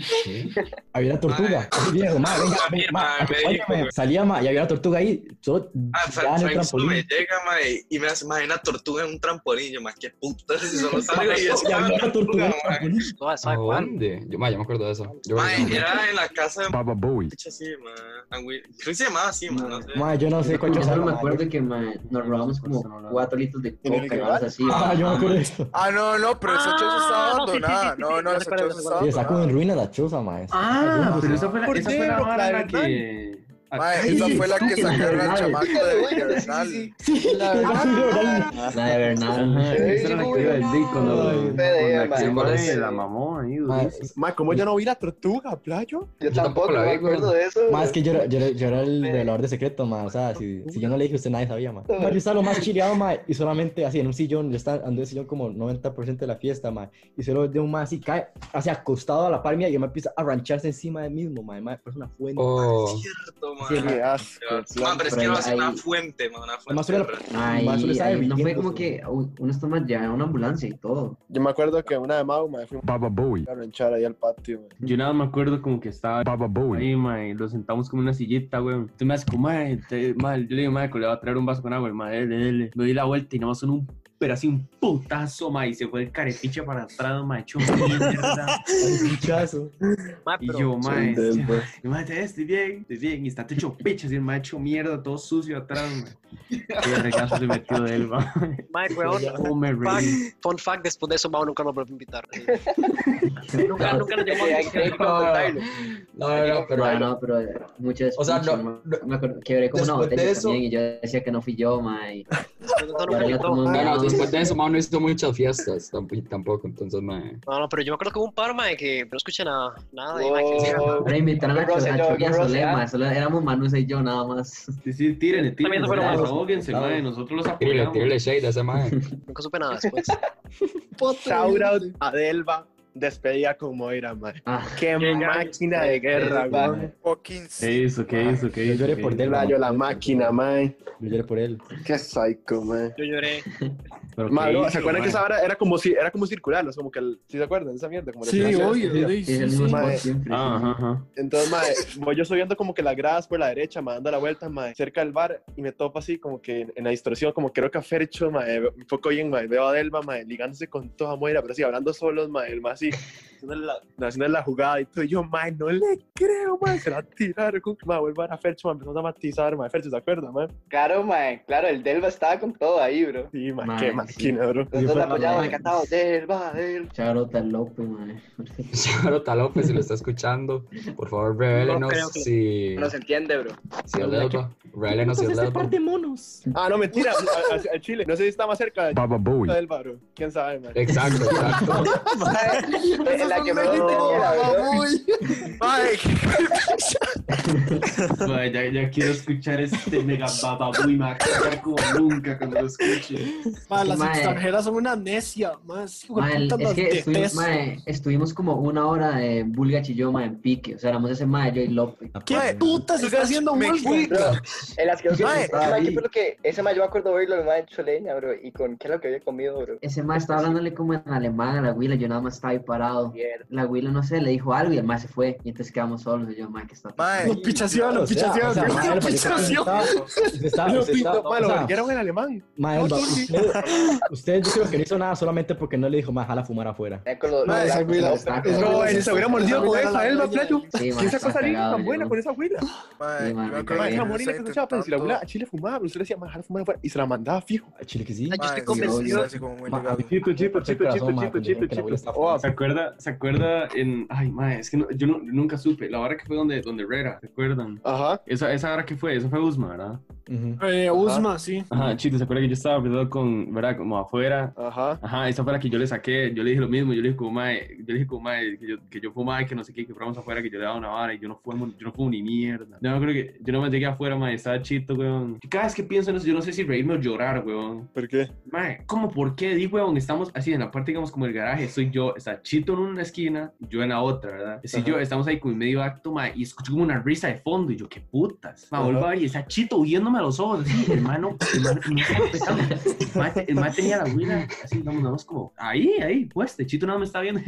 había una *laughs* tortuga Ah, viejo, mae, venga, venga, mae, Mae, me dijo, acompáñame. salía mae, y había una tortuga ahí solo Ah, ya Fra- en el Frank solo me trampolín llega, ma, y- y me hace, ma, hay una tortuga en un trampolín, yo, ma, qué *laughs* putas, si *laughs* solo salgo y es y había una tortuga en el ma. trampolín Suave, suave, ¿A Juan. dónde? Yo, ma, yo me acuerdo de eso. Yo Ma, creo que- era en la casa de Baba Bowie. muchacha, sí, ma, Angui- Creo que se llamaba así, ma, no sé. Mae, yo no sé cuál Yo choza solo me era, mae, yo- acuerdo que mae, nos robamos como cuatro litros de coca, cosas así. Ah, yo me mae. acuerdo de eso. Ah, no, no, pero esa choza estaba Ah, no, sí, sí, abandonada. sí, sí, No, no, ya esa recuerdo, choza ya estaba Y está como en abandonada. ruina la choza, maestro. Ah, pero esa fue la, esa fue la Portero, vara Ah, en la claro, que... *laughs* Ah, Ma, esa fue la que estúpida, sacaron al madre. chamaco de Bernal. La Ah, Ah, de Bernal. Ajá, esa era la que iba a decir cuando- Ay, con Fede, la ma, que, se ma, parece. la mamó ahí, Ma, durísimo. Ma, ¿cómo yo no vi la tortuga, playo? Yo tampoco tampoco la me vi, acuerdo de eso. Más que yo era, yo, era, yo era el revelador de secretos, ma. O sea, si, si yo no le dije, usted nadie sabía, ma. Ma, Yo estaba lo más chileado, ma. Y solamente así en un sillón, yo estaba andando en el sillón como 90% de la fiesta, ma. Y solo de un ma así cae, así acostado a la par mía, y yo me empiezo a arrancharse encima de mí mismo, ma. Ma, parece una fuente. Ah, Oh, Cierto, ma. Sí, ma. Ma, pero es que Pero no es una ahí- fuente, ma, una Además, fuente. solo bro. Ay, Mae, solo estaba ay, no fue hirviendo, como sí. que u- unos tomas ya una ambulancia y todo. Yo me acuerdo que una de Mau, ma, fuimos Baba Bowie. a ranchar ahí al patio, ma. Yo nada más me acuerdo como que estaba Baba Bowie. Ahí, mae, lo sentamos como en una sillita, güey. Entonces me hace como, mae, te- mae, yo le digo, mae, que le va a traer un vaso con agua, mae, dele, dele. Me doy la vuelta y nada más son un, pero así un putazo, mae, y se fue el caretiche para atrás, mae, hecho *laughs* mierda. Un pinchazo. Ma, Y pero- yo, mae, ya, mae, te- estoy bien, estoy bien, y está todo hecho picha, así, mae, hecho mierda, todo sucio atrás, mae. Qué regazo se metió de él, mae. Mae, *laughs* weón, Cómo me reí. fun fact, después de eso, Mau nunca me volvió a *laughs* invitar. Nunca, nunca *laughs* nos llamó Eh, hay- hay que contarlo. No, no, no, pero Mae, no, pero eh, mucho después. O sea, no- mae, me acuerdo que quebré como una después de botella eso- también y yo decía que no fui yo, *laughs* mae. No, nunca Ahora me ya invitó. todo el mundo- Ah, No, no, después de eso, ma, no hizo muchas fiestas tamp- tampoco, entonces, ma. No, no, pero yo me acuerdo que hubo un par, mae, que no escuché nada. Nada, y, mae, que decía, Wow. Ahora invitaron a Qué rosa, Cho- a yo, Choque y a qué rosa, Solé, ah. mae, solo éramos Manusa y yo nada más. Sí, sí, tírenle, También tírenle, se fueron mae, vasos. ahóguense, mae, nosotros los Tírile, apoyamos. tírile shade a ese, *laughs* ma. nunca supe nada *laughs* después. Shout out Adelba, despedida con Moira, ma. Ah, Qué máquina de guerra, Ma, ma. Fucking ¿Qué hizo? ¿Qué hizo? ¿Qué Yo hizo? lloré ¿Qué por hizo? él, ma. Playo, la máquina, ma. Yo lloré por él. Qué psycho, ma. Yo lloré. Pero Ma, qué bro, ¿se hizo, acuerdan ma? que esa vara era como, si, era como circular? ¿no? Es como que, el- ¿sí se acuerdan? Esa mierda. Como la Sí, circularidad. obvio, sí, sí, sí. Ma, Ajá, ajá. Entonces, mae, voy yo subiendo como que las gradas por la derecha, me dando la vuelta, mae, cerca del bar, y me topo así como que en la distorsión, como creo que a Fercho, mae, veo- un poco bien, mae, veo a Delva, mae, ligándose con toda Moira, pero así, hablando solos, mae, el mae así, haciéndole la, haciéndole la jugada, y todo, y yo, mae, no le creo, mae, se la tiraron, como que, mae, vuelvo a ver a Fercho, mae, empezamos a matizar, mae, Fercho, ¿se acuerda, mae? Claro, mae, claro, el Delva estaba con todo ahí, bro. Sí, mae, Mae, qué sí. máquina, bro. Nosotros fue- apoyamos, mae. encantados, Delva, Delva. Charota López, mae. *laughs* Charota López, si lo está escuchando, por favor, revélenos creo que- si, No se entiende, bro. si es Delva. Revélenos si es Delva. *laughs* Ah, no, mentira, a- a- a Chile, no sé si está más cerca de Baba Boy. Delva, bro, quién sabe, mae. Exacto, exacto. Es la que me bro. Mae, Mae, ya, ya quiero escuchar este mega bababuy, me va a cagar como nunca cuando lo escuche. Ma, las Mae. extranjeras son una necia, más hijo Mae, de puta, es las que estuvimos, detesto. mae, estuvimos como una hora de Bulga Chilloma en pique. O sea, éramos ese mae, yo y López. Ah, ¿Qué pues. Mae, puta se está haciendo me Wolfgang? El asqueroso. Mae, Mae, ese mae, ahí. ¿qué fue lo que- ese mae, yo me acuerdo verlo, el mae hecho leña, bro. ¿Y con qué es lo que había comido, bro? Ese mae estaba hablándole como en alemán a la Willa, yo nada más estaba ahí parado. Mierda. La Willa, no sé, le dijo algo y el mae se fue. Y entonces quedamos solos. Y yo, mae, ¿qué está mae, Lo pichación, lo pichación, O sea, lo mae, el payaso pichación. se está- Lo se está- pinto, mae, lo o sea, verguieron en alemán. mae, *laughs* No, Elba, tú sí. usted, usted yo creo que no hizo nada solamente porque no le dijo, más jala fumar afuera. este, Mae, con los- Mae, los- esa güila- los tacos, esa bro. güila- No, él se hubiera mordido con ¿eh? esa, Elba, playo. Sí, mae, ¿Quién sacó está esa línea cagado, tan buena yo. con esa güila? mae, Sí, mae, yo me me acuerdo cae. Mae, que esa no morina que se echaba, pero si la abuela a Chile fumaba, pero usted le decía, más fumar fuera", y se la mandaba fijo. Ah, Chile que sí. Mae, estoy sí, convencido. así como muy Ma, ligado. Chito, chito, chito, chito, chito, chito, chito. Oh, ¿Se acuerda, ¿Se acuerda en.? Ay, mae, es que no- yo no- nunca supe. La hora que fue donde, donde Herrera, ¿se acuerdan? Ajá. Esa, esa hora que fue, eso fue Usma, ¿verdad? ujú. Eh, Usma, sí. Ajá, chito, ¿se acuerda que yo estaba hablando con. ¿Verdad? Como afuera. Ajá. Ajá, esa fue la que yo le saqué, yo le dije lo mismo, yo le dije como mae, yo le dije como mae, que yo, que yo fumaba y que no sé qué, que fuéramos afuera, que yo le daba una vara y yo no fumo, yo no fumo ni mierda. Yo no creo que, yo no me llegué afuera, mae, estaba chito, weón. Yo cada vez que pienso en eso, yo no sé si reírme o llorar, weón. ¿Por qué? Mae, ¿cómo por qué? Di, weón, estamos así en la parte, digamos, como el garaje, soy yo, está chito en una esquina, yo en la otra, ¿verdad? Si Ajá. yo, estamos ahí con medio acto, mae, y escucho como una risa de fondo y yo, qué putas. Me Ajá. vuelvo a ver y está chito huyéndome a los ojos, así, hermano, hermano, no estaba pensando. El mae te- El mae tenía la huila, así, vamos, vamos como, ahí, ahí, pues, el chito no me está viendo.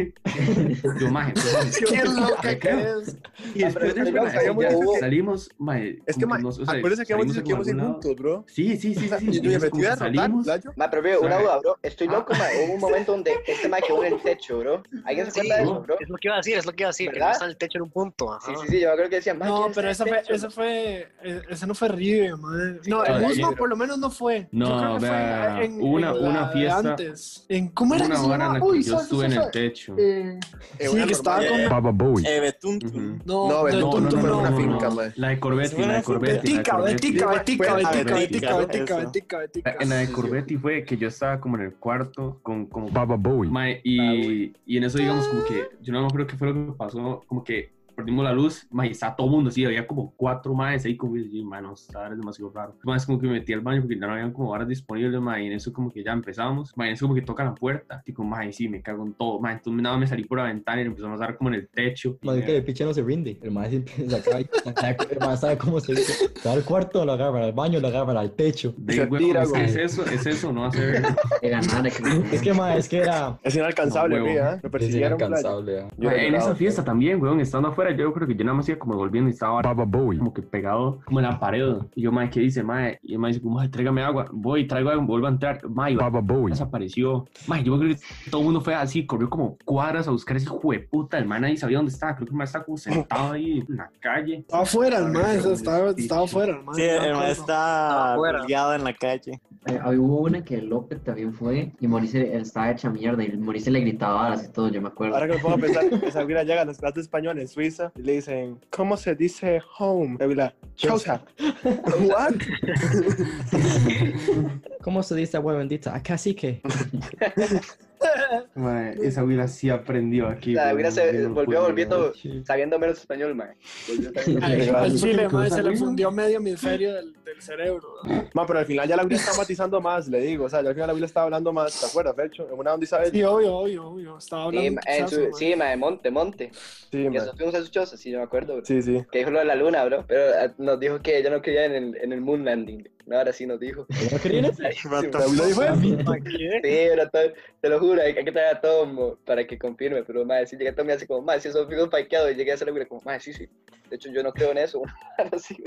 Yo, mae, pues, *laughs* Qué loca que creo. es. Y después de eso, pero mae, sabíamos ya que hubo- salimos, mae. Es que, como mae, nos- o sea, acuérdense que salimos habíamos dicho que íbamos a ir como algún lado. juntos, bro. Sí, sí, sí, sí. sí. Y yo y me es como metí que a rotar, salimos, playo. Mae, pero veo una Mae. duda, bro. Estoy loco, Ah. mae. Hubo un momento donde este mae quedó en el techo, bro. ¿Alguien se Sí, acuerda de eso, bro? Es lo que iba a decir, es lo que iba a decir, que ¿Verdad? no está en el techo en un punto. Ajá. Sí, sí, sí, yo creo que decía, mae, No, ¿quién pero está ese en fue, el techo? ese fue, eh, ese no fue Rive, madre. No, claro, el sí, Usma pero- por lo menos no fue. Yo No, creo que fue vea, en- hubo una- en una la de fiesta- Antes. ¿En cómo era que una se hora en la llamaba? que Uy, yo sa, sa, estuve en sa, el sa. techo. Eh, Eh, Sí, una que estaba normal. con Baba Boy. Eh, Betum. Ujú. No, No, del no, tonto, no, no, no. no, no. finca, mae. La de Corbetti, Fue la una de Corbetti. la de Betica, Corbetti. betica, betica, Fue- betica, ah, betica, betica, betica, eso. betica, betica. En la de Corbetti fue que yo estaba como en el cuarto con como Baba Boy. mae, Ah, y, güey. y en eso digamos como que yo no me acuerdo qué fue lo que me pasó, como que perdimos la luz, mae, y estaba todo el mundo así, había como cuatro maes ahí como y manos, esta vara es demasiado raro. Más como que me metí al baño porque ya no habían como horas disponibles, mae, y en eso como que ya empezamos, mae, en eso como que toca la puerta, tipo, mae, sí, me cago en todo, mae, entonces nada, me salí por la ventana y lo empezamos a dar como en el techo. Madre que el piche no se rinde. El mae siempre se *laughs* acaba. El mae sabe cómo se dice. Se va al cuarto, lo agarra, al baño, lo agarra, al techo. De, Se huevón, tira, es, que güey. es eso, es eso, no *laughs* hacer... De ganar, Es *laughs* que, mae, es que era. Es inalcanzable, No, huevo. mía, ¿eh? Lo Es persiguieron, playo. inalcanzable. ah. Yo Mae, en lloraba, esa fiesta playo. también, weón, estando afuera, yo creo que yo nada más iba como volviendo y estaba como que pegado como en la pared. Y yo, mae, ¿qué dice, mae? Y el mae dice, como, "Mae, tráigame agua. Voy, traigo agua, vuelvo a entrar. Mae, desapareció. Mae, yo creo que todo el mundo fue así, corrió como cuadras a buscar ese jueputa. El man ahí sabía dónde estaba. Creo que el man estaba como sentado ahí en la calle. Estaba afuera, el mae, Dios, estaba, sí. estaba afuera, el mae. Sí, estaba el mae afuera. está afuera. colgado en la calle. Eh, ahí hubo una que López también fue y Maurice él estaba hecha mierda y Maurice le gritaba varas y todo, yo me acuerdo. Ahora que me pongo a *laughs* pensar, esa güila llega a las clases de español en Suiza y le dicen, ¿cómo se dice home? La güila, *laughs* chausa. ¿What? ¿Cómo se dice, huevo bendita? Ah, casi *laughs* que. Mae, esa huila sí aprendió aquí. La weón. huila se Yo no volvió puedo volviendo- creer. Sabiendo menos español, mae. *laughs* Volvió a saber- Ay, Legal. Al chile, mae, se le Cruzarlo. fundió medio hemisferio del, del cerebro. Ma, pero al final ya la güila estaba matizando más, le digo. O sea, ya al final la güila estaba hablando más, ¿te acuerdas, Felcho? En una onda Isabel. Sí, obvio, obvio, obvio. Estaba Sí, hablando. ma- en su- pichazo, mae. Sí, mae, monte, monte. Sí, Que ma. eso fuimos a su choza, sí, yo me acuerdo, bro. ah, Sí, sí. Que dijo lo de la luna, bro. Pero eh, nos dijo que ella no creía en el, en el moon landing. Ahora sí nos dijo. ¿No crees? ¿Lo dijo Sí, era todo- te lo juro, hay, hay que traer a Tom mo, para que confirme, pero madre, si llega Tom y hace como, madre, si son fijos paqueados, y llegué a hacer la güey, como, madre, sí, sí. De hecho, yo no creo en eso. *laughs* una vara así, *laughs* güey.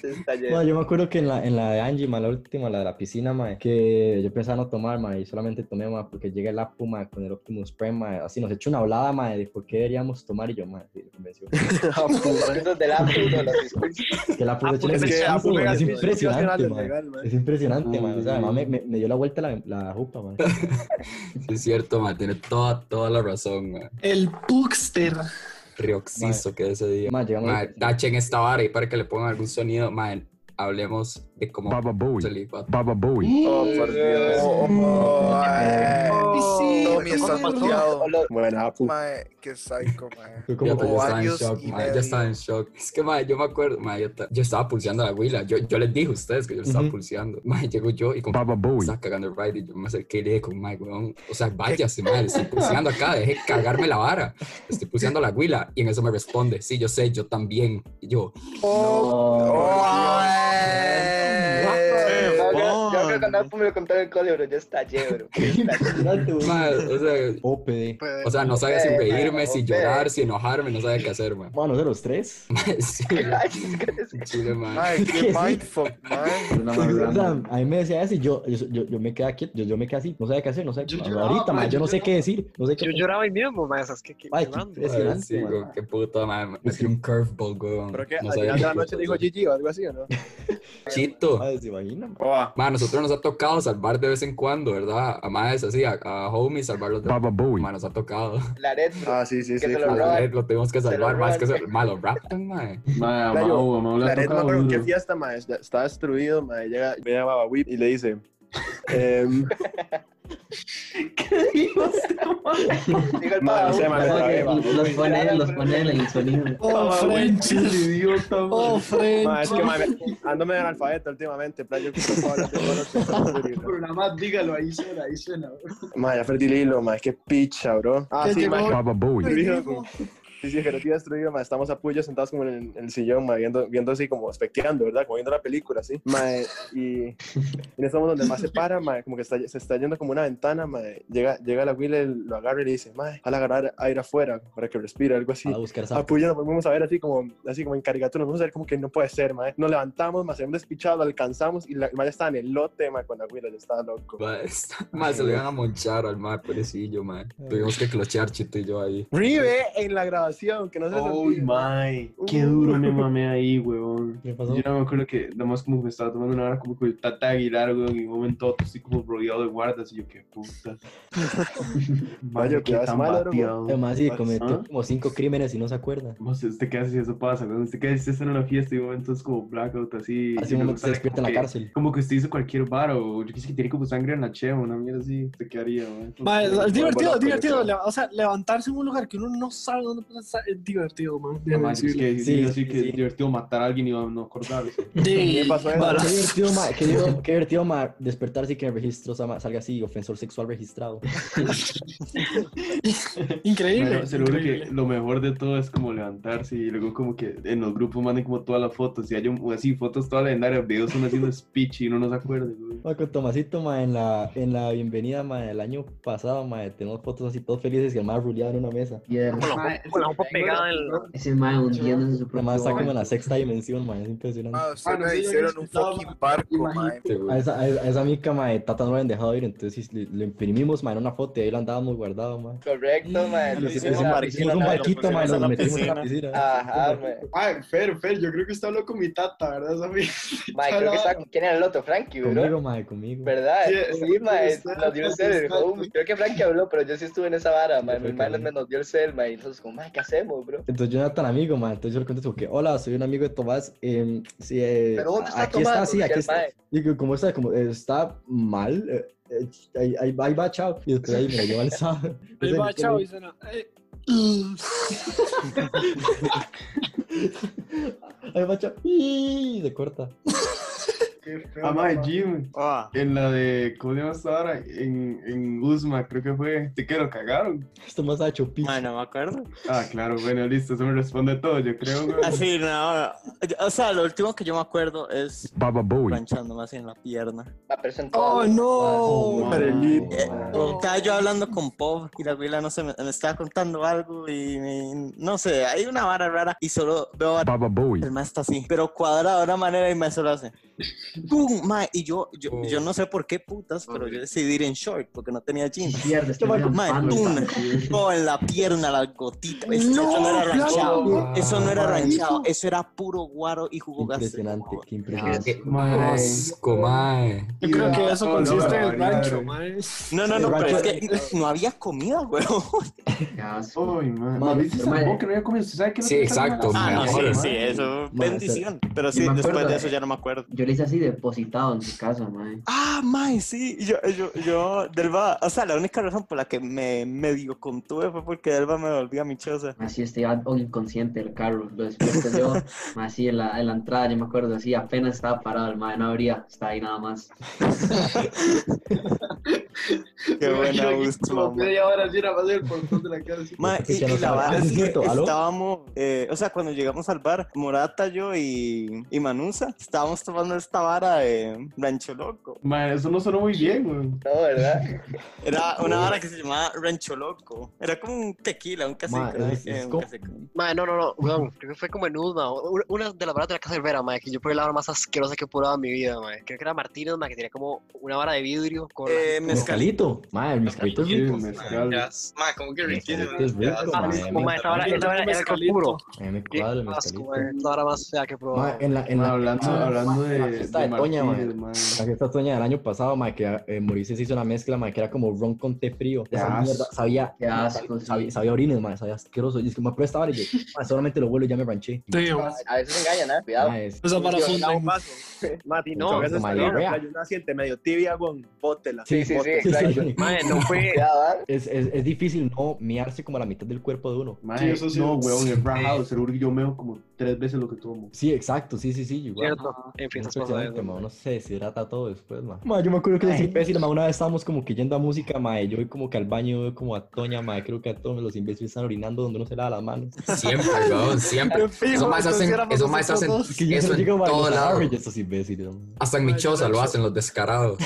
Se está Ma, lleno. yo me acuerdo que en la, en la de Angie, ma, la última, la de la piscina, ma, que yo pensaba no tomar, ma, y solamente tomé, ma, porque llega el Apu, ma, con el Optimus Prime, ma, así nos echó una hablada, ma, de por qué deberíamos tomar, y yo, ma, sí, me convenció. *laughs* Los pisos del Apple, no, los discursos. que el Apu de Chile es es, que es, Apu legal, sí, impresionante, nacional, ma, legal, ma. es impresionante, ma, o sea, Ay. ma, me, me- me dio la vuelta la, la jupa, ma. Sí, es cierto, ma, tiene toda, toda la razón, ma. El Puxter. Rioxizo que ese día. Ma, llegamos- Ma, tachen esta vara y para que le pongan algún sonido, ma, hablemos de cómo... Baba Bowie. Baba Bowie. Oh, por Dios. Tommy, estás mateado. Bueno, Ah, Apu. Mae, qué psycho, mae. Ya, te- ya estaba en Ovarios shock, y ma, ya medio. estaba en shock. Es que, ma, yo me acuerdo, ma, yo, ta- yo estaba pulseando a la huila. Yo, yo les dije a ustedes que yo estaba Ujú. pulseando. *laughs* Ma, llego yo y con estaba cagando el ride y yo me acerqué y le dije con Mike, weón, o sea, váyase, ma, le estoy pulseando acá, deje cagarme la vara. Le Estoy pulseando a la huila. Y en eso me responde, sí, yo sé, yo también. Y yo, ¡Oh, eh! Yo creo- yo creo que cuando Apple me lo contaron el cole, bro, yo estallé, bro. ma, o sea, OPD. O sea, no sabía si Opede, reírme, si opede. llorar, si enojarme, no sabía qué hacer, man. Bueno, de los *laughs* tres. *laughs* sí, chile, man. Mae, *laughs* Sí. qué mindfuck, mae. *laughs* O sea, a mí me decía eso y yo, yo, yo, yo me quedaba quieto, yo, yo me quedé así, no sabía qué hacer, no sé, lloraba, ahorita, ma, ma, yo yo no sé qué decir, no sé qué Yo lloraba ahí mismo, mae, esas que que- Ay, qué llorando. impresionante, Sí, ma. güey, qué puto, man. Me tiró un curveball, weón. Creo que No al sabía final de qué la noche puto le dijo hacer. Gigi o algo así, ¿o no? Chito. Ay, se imagina, ma. Man, a nosotros nos ha tocado salvar de vez en cuando, ¿verdad? A más así, a, a homies, salvarlos de. Baba Bowie. Man, nos ha tocado. La red, bro. Ah, sí, sí, Que sí. se lo claro. roban. Lo, tuvimos que Se lo salvar, más que roban. se. Malo, raptan, man. Ah, Ma, Playo, Mau, Mau le la ha red, no me tocado acuerdo qué duro. fiesta, mae, está- está destruido, mae, llega, llega Baba Whip y le dice, em, *laughs* *laughs* Digo el mae, Baba no sé, Whip, mae, pero- mae, mae, Los pone, los pone en el sonido. Oh, French. El idiota, Oh, French. mae, es que mae, me- ando medio analfabeto últimamente, playo, que por favor, tengo los que están *laughs* destruidos. Programa, dígalo, ahí suena, ahí suena. bro. Mae, ya perdí el hilo, mae, qué picha, bro. Ah, Que sí, llegó- mae. destruido, Ay, como- digo, Sí, sí, Gerati destruido, ma, estamos a puyo sentados como en el, en el sillón, ma, viendo, viendo así como especteando, ¿verdad? Como viendo la película, así. Ma, y, y no estamos donde más se para, ma, como que está- se está yendo como una ventana, ma, llega, llega la Will, lo agarra y le dice, ma, al agarrar aire afuera para que respire, algo así. a buscar esa. A Puyo nos volvimos a ver así como, así como en caricatura, nos vamos a ver como que no puede ser, ma. Nos levantamos, ma, se un despichado, lo alcanzamos y la ma ya estaba en el lote, ma, con la Will, ya estaba loco. *laughs* Man, se lo iban a monchar al man, pobrecillo, man. Tuvimos que clochear, Chito y yo ahí. Rive en la grabación, que no Uh, se les Uy, olvide, ma. mae, qué *laughs* duro me mamé ahí, weón. ¿Qué pasó? Yo no me acuerdo que nada más como que me estaba tomando una hora como con el Tata Aguilar, weón, y en un momento otro así como rodeado de guardas y yo, qué puta. Vaya, que vas mal, bro. Además, sí, cometió ¿Ah? como cinco crímenes y no se acuerda. No sé, usted qué hace si eso pasa, weón. Usted qué hace si está en una fiesta y un momento es como blackout así. Hace y un luego momento se sale despierta en como la que- cárcel. Como que usted hizo cualquier bar o yo qué sé que tiene como sangre en la cheva, una mierda así. ¿Usted qué haría, weón? Mae, es divertido, buena es divertido. colección. le- O sea, levantarse en un lugar que uno no sabe dónde puede estar es divertido, man. No, mae, es que sí, Sí, yo sí que sí. es divertido matar a alguien y no no acordarse. Sí, Me pasó eso. para- Qué divertido, ma, qué, divertido- qué divertido, ma, despertarse y que el registro sa- ma, salga así, ofensor sexual registrado. *laughs* Increíble. Bueno, seguro que increíble. lo mejor de todo es como levantarse y luego como que en los grupos manden como todas las fotos y hay un, así fotos todas legendarias, videos son haciendo speech y uno no se acuerda. güey. Ma, con Tomasito, ma, en la, en la bienvenida, ma, del año pasado, ma, tenemos fotos así todos felices y el más ruleado en una mesa. Mierda. Con la Mae, ju- con la jupa pegada en la- Ese mae hundiéndose en su Nada propio más está como hoyo. en la sexta dimensión, ma, es impresionante. Ah, Ah, ustedes no me sé, yo hicieron no un escuchaba, fucking barco, mae. Este, güey. A esa, a esa- a esa mica, ma, de Tata no la han dejado ir, entonces sí, le- lo imprimimos, ma, en una foto y ahí lo andábamos guardado, ma. Correcto, mae. Hicimos Hicimos un la bar- piscina, hicimos un mae, lo barquito, ma, y pusimos en nos la metimos en la piscina. piscina. Ajá, mae. Mae, Fer, Fer, yo creo que está hablando con mi tata, ¿verdad? *laughs* Esa fiesta. Mae, creo que estaba... ¿Quién era el otro? Frankie, Conmigo, bro. ma, conmigo. ¿Verdad? Sí, Sí, mae. está- eh, Nos dio el cel, el está- homie. Creo que Frankie habló, pero yo sí estuve en esa vara, mae. fue Mi que mae no. nos dio el cel, mae. Y nosotros como, mae, ¿qué hacemos, bro? Entonces yo no era tan amigo, man. Entonces yo le contesto que, hola, soy un amigo de Tomás. em, sí, eh, ¿Pero dónde está aquí Tomás? está, sí, Decía aquí el está. mae. Digo, ¿cómo está? Como, eh, está mal. eh, eh, ahí, ahí va, ahí va, chao. Y después ahí me lo lleva al *laughs* sábado. Ahí va, chao, y suena. eh, mm. Ahí va, chao. Y se corta. Qué feo. Ah, mae, papá. Jim. Ah. En la de, ¿cómo se llama esta hora? En, en Guzma, creo que fue. Te quiero, cagaron. Esto más ha hecho picha. no me acuerdo. Ah, claro, bueno, listo, eso me responde todo, yo creo. güey. Así, no. O sea, lo último que yo me acuerdo es Baba Bowie. planchándome así en la pierna. La presentó. Oh, no. Eh, Estaba yo hablando con Pop y la abuela no sé, me, me estaba contando algo y me- no sé, hay una vara rara y solo veo a el más está así, pero cuadrado de una manera y me solo hace ¡Pum! mae, y yo, yo, yo no sé por qué putas, pero yo decidí ir en short porque no tenía jeans. Pierdes, Yo, mae, pierdes mae, pan, tum, pan. todo en la pierna, la gotita. Es- No, eso no era claro, ranchado. no. Eso no era Wow. ranchado. Eso era puro guaro y jugo gas. Impresionante, qué Qué impresionante. asco, mae. Yo creo que eso No, consiste no, en el no, rancho, no, mae. No, no, no, pero es que no había comida, *laughs* güey. Qué asco. Ay, man. Mae, ¿Viste esa mae. boca que no había comido? ¿Usted sabe que no Sí, tiene carne exacto, en la Ah, mae. no, sí, sangre, mae? sí, eso. Mae, Bendición. Pero yo sí, me después acuerdo, de eso eh. ya no me acuerdo. Yo le hice así depositado en su casa, mae. Ah, mae, sí. Yo, yo, yo, Delva, o sea, la única razón por la que me medio contuve fue porque Delva me volvía mi choza. Así este o inconsciente del carro, lo despierto yo, mae, así en la, en la entrada, yo me acuerdo, así apenas estaba parado, el mae no abría, estaba ahí nada más. *laughs* Qué buena gusto, Como mamá. media hora así, nada más el portón de la casa. así. Ma, y, Porque ya y no la sabe. vara Ah, es sí, que cierto, ¿aló? estábamos, eh, o sea, cuando llegamos al bar, Morata, yo y, y Manusa, estábamos tomando esta vara de Rancho Loco. Mae, eso no sonó muy bien, güey. No, ¿verdad? Era una vara que se llamaba Rancho Loco. Era como un tequila, un Ma, cacique. ¿no? es- es Eh, un como- cacique. Mae, no, no, no, weón, creo que fue como en Usma, o- u- una de las varas de la casa del Vera, mae, que yo probé la vara más asquerosa que he probado en mi vida, mae. Creo que era Martínez, mae, que tenía como una vara de vidrio con... Eh, mezcalito. Mezcalito. Madre, el mezcalito es Sí, rico. mezcal. Ma, como que Mezcalito es rico, Ah, madre. como, mae, esa vara, esa vara era algo puro. A mí me Qué cuadra el asco, mezcalito. mae, la vara más fea que he probado. Madre, en la, en Mae, la, hablando, ah, hablando de, la fiesta de Toña, Martínez, mae. mae. la fiesta Toña del año pasado, madre, que eh, Mauricio se hizo una mezcla, madre, que era como ron con té frío. Esa asco. mierda sabía, Qué asco, sí. sabía, sabía a orines, madre, sabía asqueroso. Y es que me prueba esta vara y yo, mae, solamente lo vuelo y ya me ranché. Damn. A veces engañan, ¿eh? Cuidado. Mae, es- Esa para Dios, son no, de- *laughs* Mati, no, no, no, no, María. una siente medio tibia, con bótela. Sí, sí, sí, bótela. exacto. Mae, no fue... ah, Cuidado, ¿eh? es, es, es difícil no miarse como a la mitad del cuerpo de uno. Mae, Sí, eso sí. No, weón, es rajado. Seguro que yo meo como tres veces lo que tomo. Sí, exacto, sí, sí, sí, igual. Cierto, en fin, esas cosas. Impresionante, ma, uno se deshidrata todo después, ma. Ma, yo me acuerdo que los imbéciles, ma, una vez estábamos como que yendo a música, ma, y yo voy como que al baño, veo como a Toña, ma, creo que a todos los imbéciles están orinando donde no se lava las manos. Siempre, weón, siempre. Esos más hacen, esos más hacen Es que yo eso solo en digo, ma, todo los lado. average, estos imbéciles, ma. Hasta en mi choza lo hacen los descarados.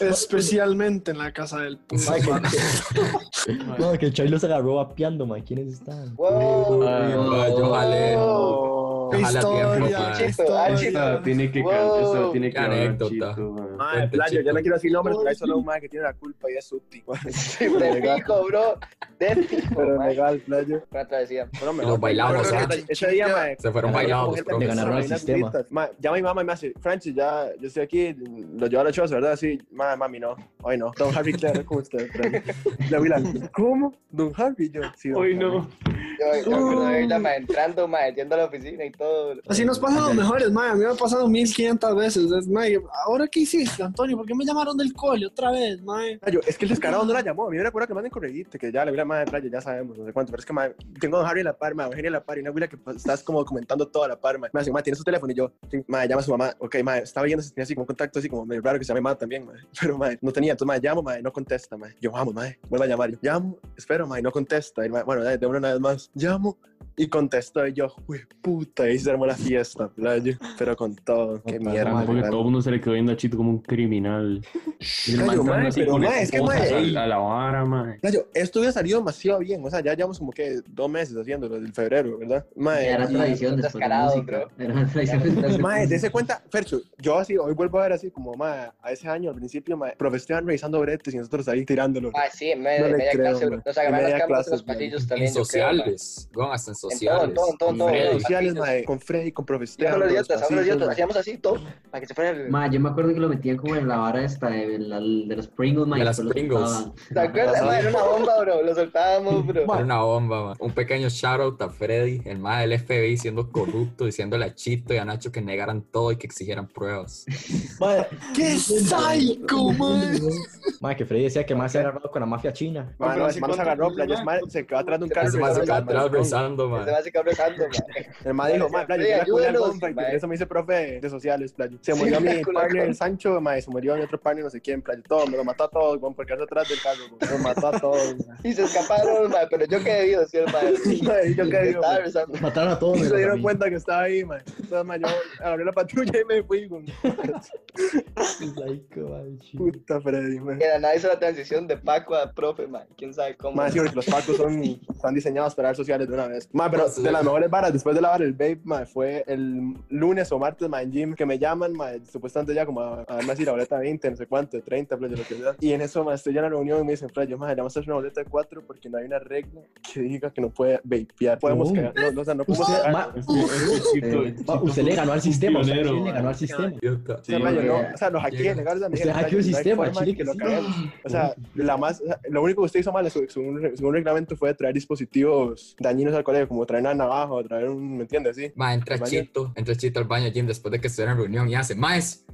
Especialmente en la casa *laughs* del puto. Ma, que- No, que el Chay los agarró vapeando, ma, ¿quiénes están? Wow. Ay, Mae, yo jalé. Ojalá tiempo, Historia, mae. Ah, Esta historia. tiene que Wow. cantar, esta tiene que Qué hablar, anécdota. Chito, mae. Mae, Cuente, playo, chico. yo no quiero decir nombres, pero hay solo un mae que tiene la culpa y es *laughs* Suti. De pico, bro. *laughs* De pico. Pero mae. legal, playo. Una travesía. Pero Y los bailamos, Yo creo ¿ah? que- Ese día, mae, Se fueron Ganaron, bailados, gente, creo le que ganaron al Reina sistema. Tulitas. Ma, llama mi mamá y me hace, Francis, ya, yo estoy aquí, lo llevo a la choza, ¿verdad? Sí, ma, mami, no, hoy no. Don Harry, claro, ¿cómo usted? *laughs* Francis? La Willa, ¿cómo? Don Harry, yo, sí. don Hoy Harry". no. Yo yo me acuerdo de verla, mae, entrando, mae, yendo a la oficina y todo. Así nos pasan los mejores, mae. A mí me ha pasado 1500 veces. Es, mae, ¿ahora qué hiciste, Antonio? ¿Por qué me llamaron del cole otra vez, mae? Playo, es que el descarado no la llamó, a mí me acuerdo que manden corredito, que ya la Willa, madre, playa, ya sabemos, no sé cuánto, pero es que, ma, tengo a Don Harry a la par, ma, Don Harry a la par, y una Willa que pues, estás como comentando todo a la par, ma. Me hace, ma, tiene su teléfono, y yo, sí, ma, llama a su mamá, ok, ma, estaba viendo si tenía así como un contacto, así como medio raro que se llame ma también, ma, *laughs* pero, ma, no tenía, entonces, ma, llamo, ma, no contesta, ma, yo, vamos, ma, vuelvo a llamar, yo, llamo, espero, ma, y no contesta, y, ma, bueno, de una vez más, llamo, y contestó y yo, güey, puta, y se armó la fiesta, playo, pero con todo, qué Puta mierda. madre, Porque man. todo el mundo se le quedó viendo a Chito como un criminal. Y el Cayo, man mae, anda así pero, con mae, es que, mae, esposas ey. a, a la vara, mae. Playo, esto hubiera salido demasiado bien, o sea, ya llevamos como que dos meses haciéndolo, desde el febrero, ¿verdad? Ya Mae, era y- tradición después de descarado, música. Era Ya. tradición después de Mae, música. dése cuenta, Fercho, yo así, hoy vuelvo a ver así como, mae, a ese año al principio, mae, profe Esteban revisando bretes y nosotros ahí tirándolo. Ah, sí, en medio No de le media creo, clase, man. nos En agarraron media las cámaras en los clase, man. pasillos En también. yo creo, man. sociales, weón, hasta en todo, sociales. todo, todo, todo. En Freddy. redes sociales, mae, con Freddy, con profe Y Esteban. ahora los con los idiotas, ahora los pasillos, idiotas, mae. hacíamos así todo para que se fuera el. Ma, yo me acuerdo que lo metían como en la vara esta de, la- de los Pringles, ma, De y las después lo Pringles. soltaban. ¿Te acuerdas? mae? Era una bomba, bro. Lo soltábamos, bro. Era una bomba, man. Un pequeño shout out a Freddy, el más del FBI, siendo corrupto, diciéndole a Chito y a Nacho que negaran todo y que exigieran pruebas. Madre, *laughs* ¡Qué psycho, mae! madre, que Freddy decía que más se había agarrado con la mafia china. Mae, Pero no, hace ese mae nos cuánto- agarró, playa, ese mae se quedó atrás de un carro. Ese man se quedó revisando atrás bretes, rezando, Ese mae se quedó rezando, mae. El mae dijo, mae, playo, yo la culé al ayúdenos, compa", y mae. Eso me dice profe de sociales, playo. Se Sí, la murió *laughs* mi culé al partner compa. Sancho, mae, se murió mi otro partner, no sé quién, playo. Todo, me lo mató a todos, weón, por quedarse atrás del carro, weón. Lo mató a todos, mae. Y se escaparon, mae, pero yo quedé vivo, sí, el *laughs* mae. Mae, yo quedé vivo, Estaba mae. rezando. Mataron a todos. Y menos se a dieron mí. cuenta que estaba ahí, mae. Entonces, mae, yo agarré la patrulla y me fui, weón. *laughs* Psycho, mae, chido. Puta Freddy, mae. Mira, nadie hizo la transición de Paco a profe, mae. Quién sabe cómo. Más sí, porque los pacos son, están diseñados para dar sociales de una vez. Más, pero de las mejores varas, después de la vara, el babe, ma, fue el lunes o martes, ma, en gym, que me llaman, ma, supuestamente ya como a, a darme así la boleta 20, no sé cuánto, 30, playa, lo que sea. Y en eso, ma, estoy ya en la reunión y me dicen, playa, ma, le vamos a hacer una boleta de 4 porque no hay una regla que diga que no puede vapear. Podemos No. cagar, no, no, o sea, no podemos Oh. Usted, cagar. ma- Chito, eh, chito, usted le ganó al un sistema, usted pionero, le ganó al sistema. idiota. O sea, rayo, no, o sea, lo hackeé, legal, o sea, me Usted dijeron, hackeó el rayo, no hay sistema, forma chile, de que lo sí. caguemos. O sea, la más, o sea, lo único que usted hizo mal, su- según, según el reglamento, fue traer dispositivos dañinos al colegio, como traer una navaja o traer un, ¿me entiendes? Sí. Ma, entra Al baño. Chito, entra Chito al baño Jim después de que estuviera en reunión y hace, más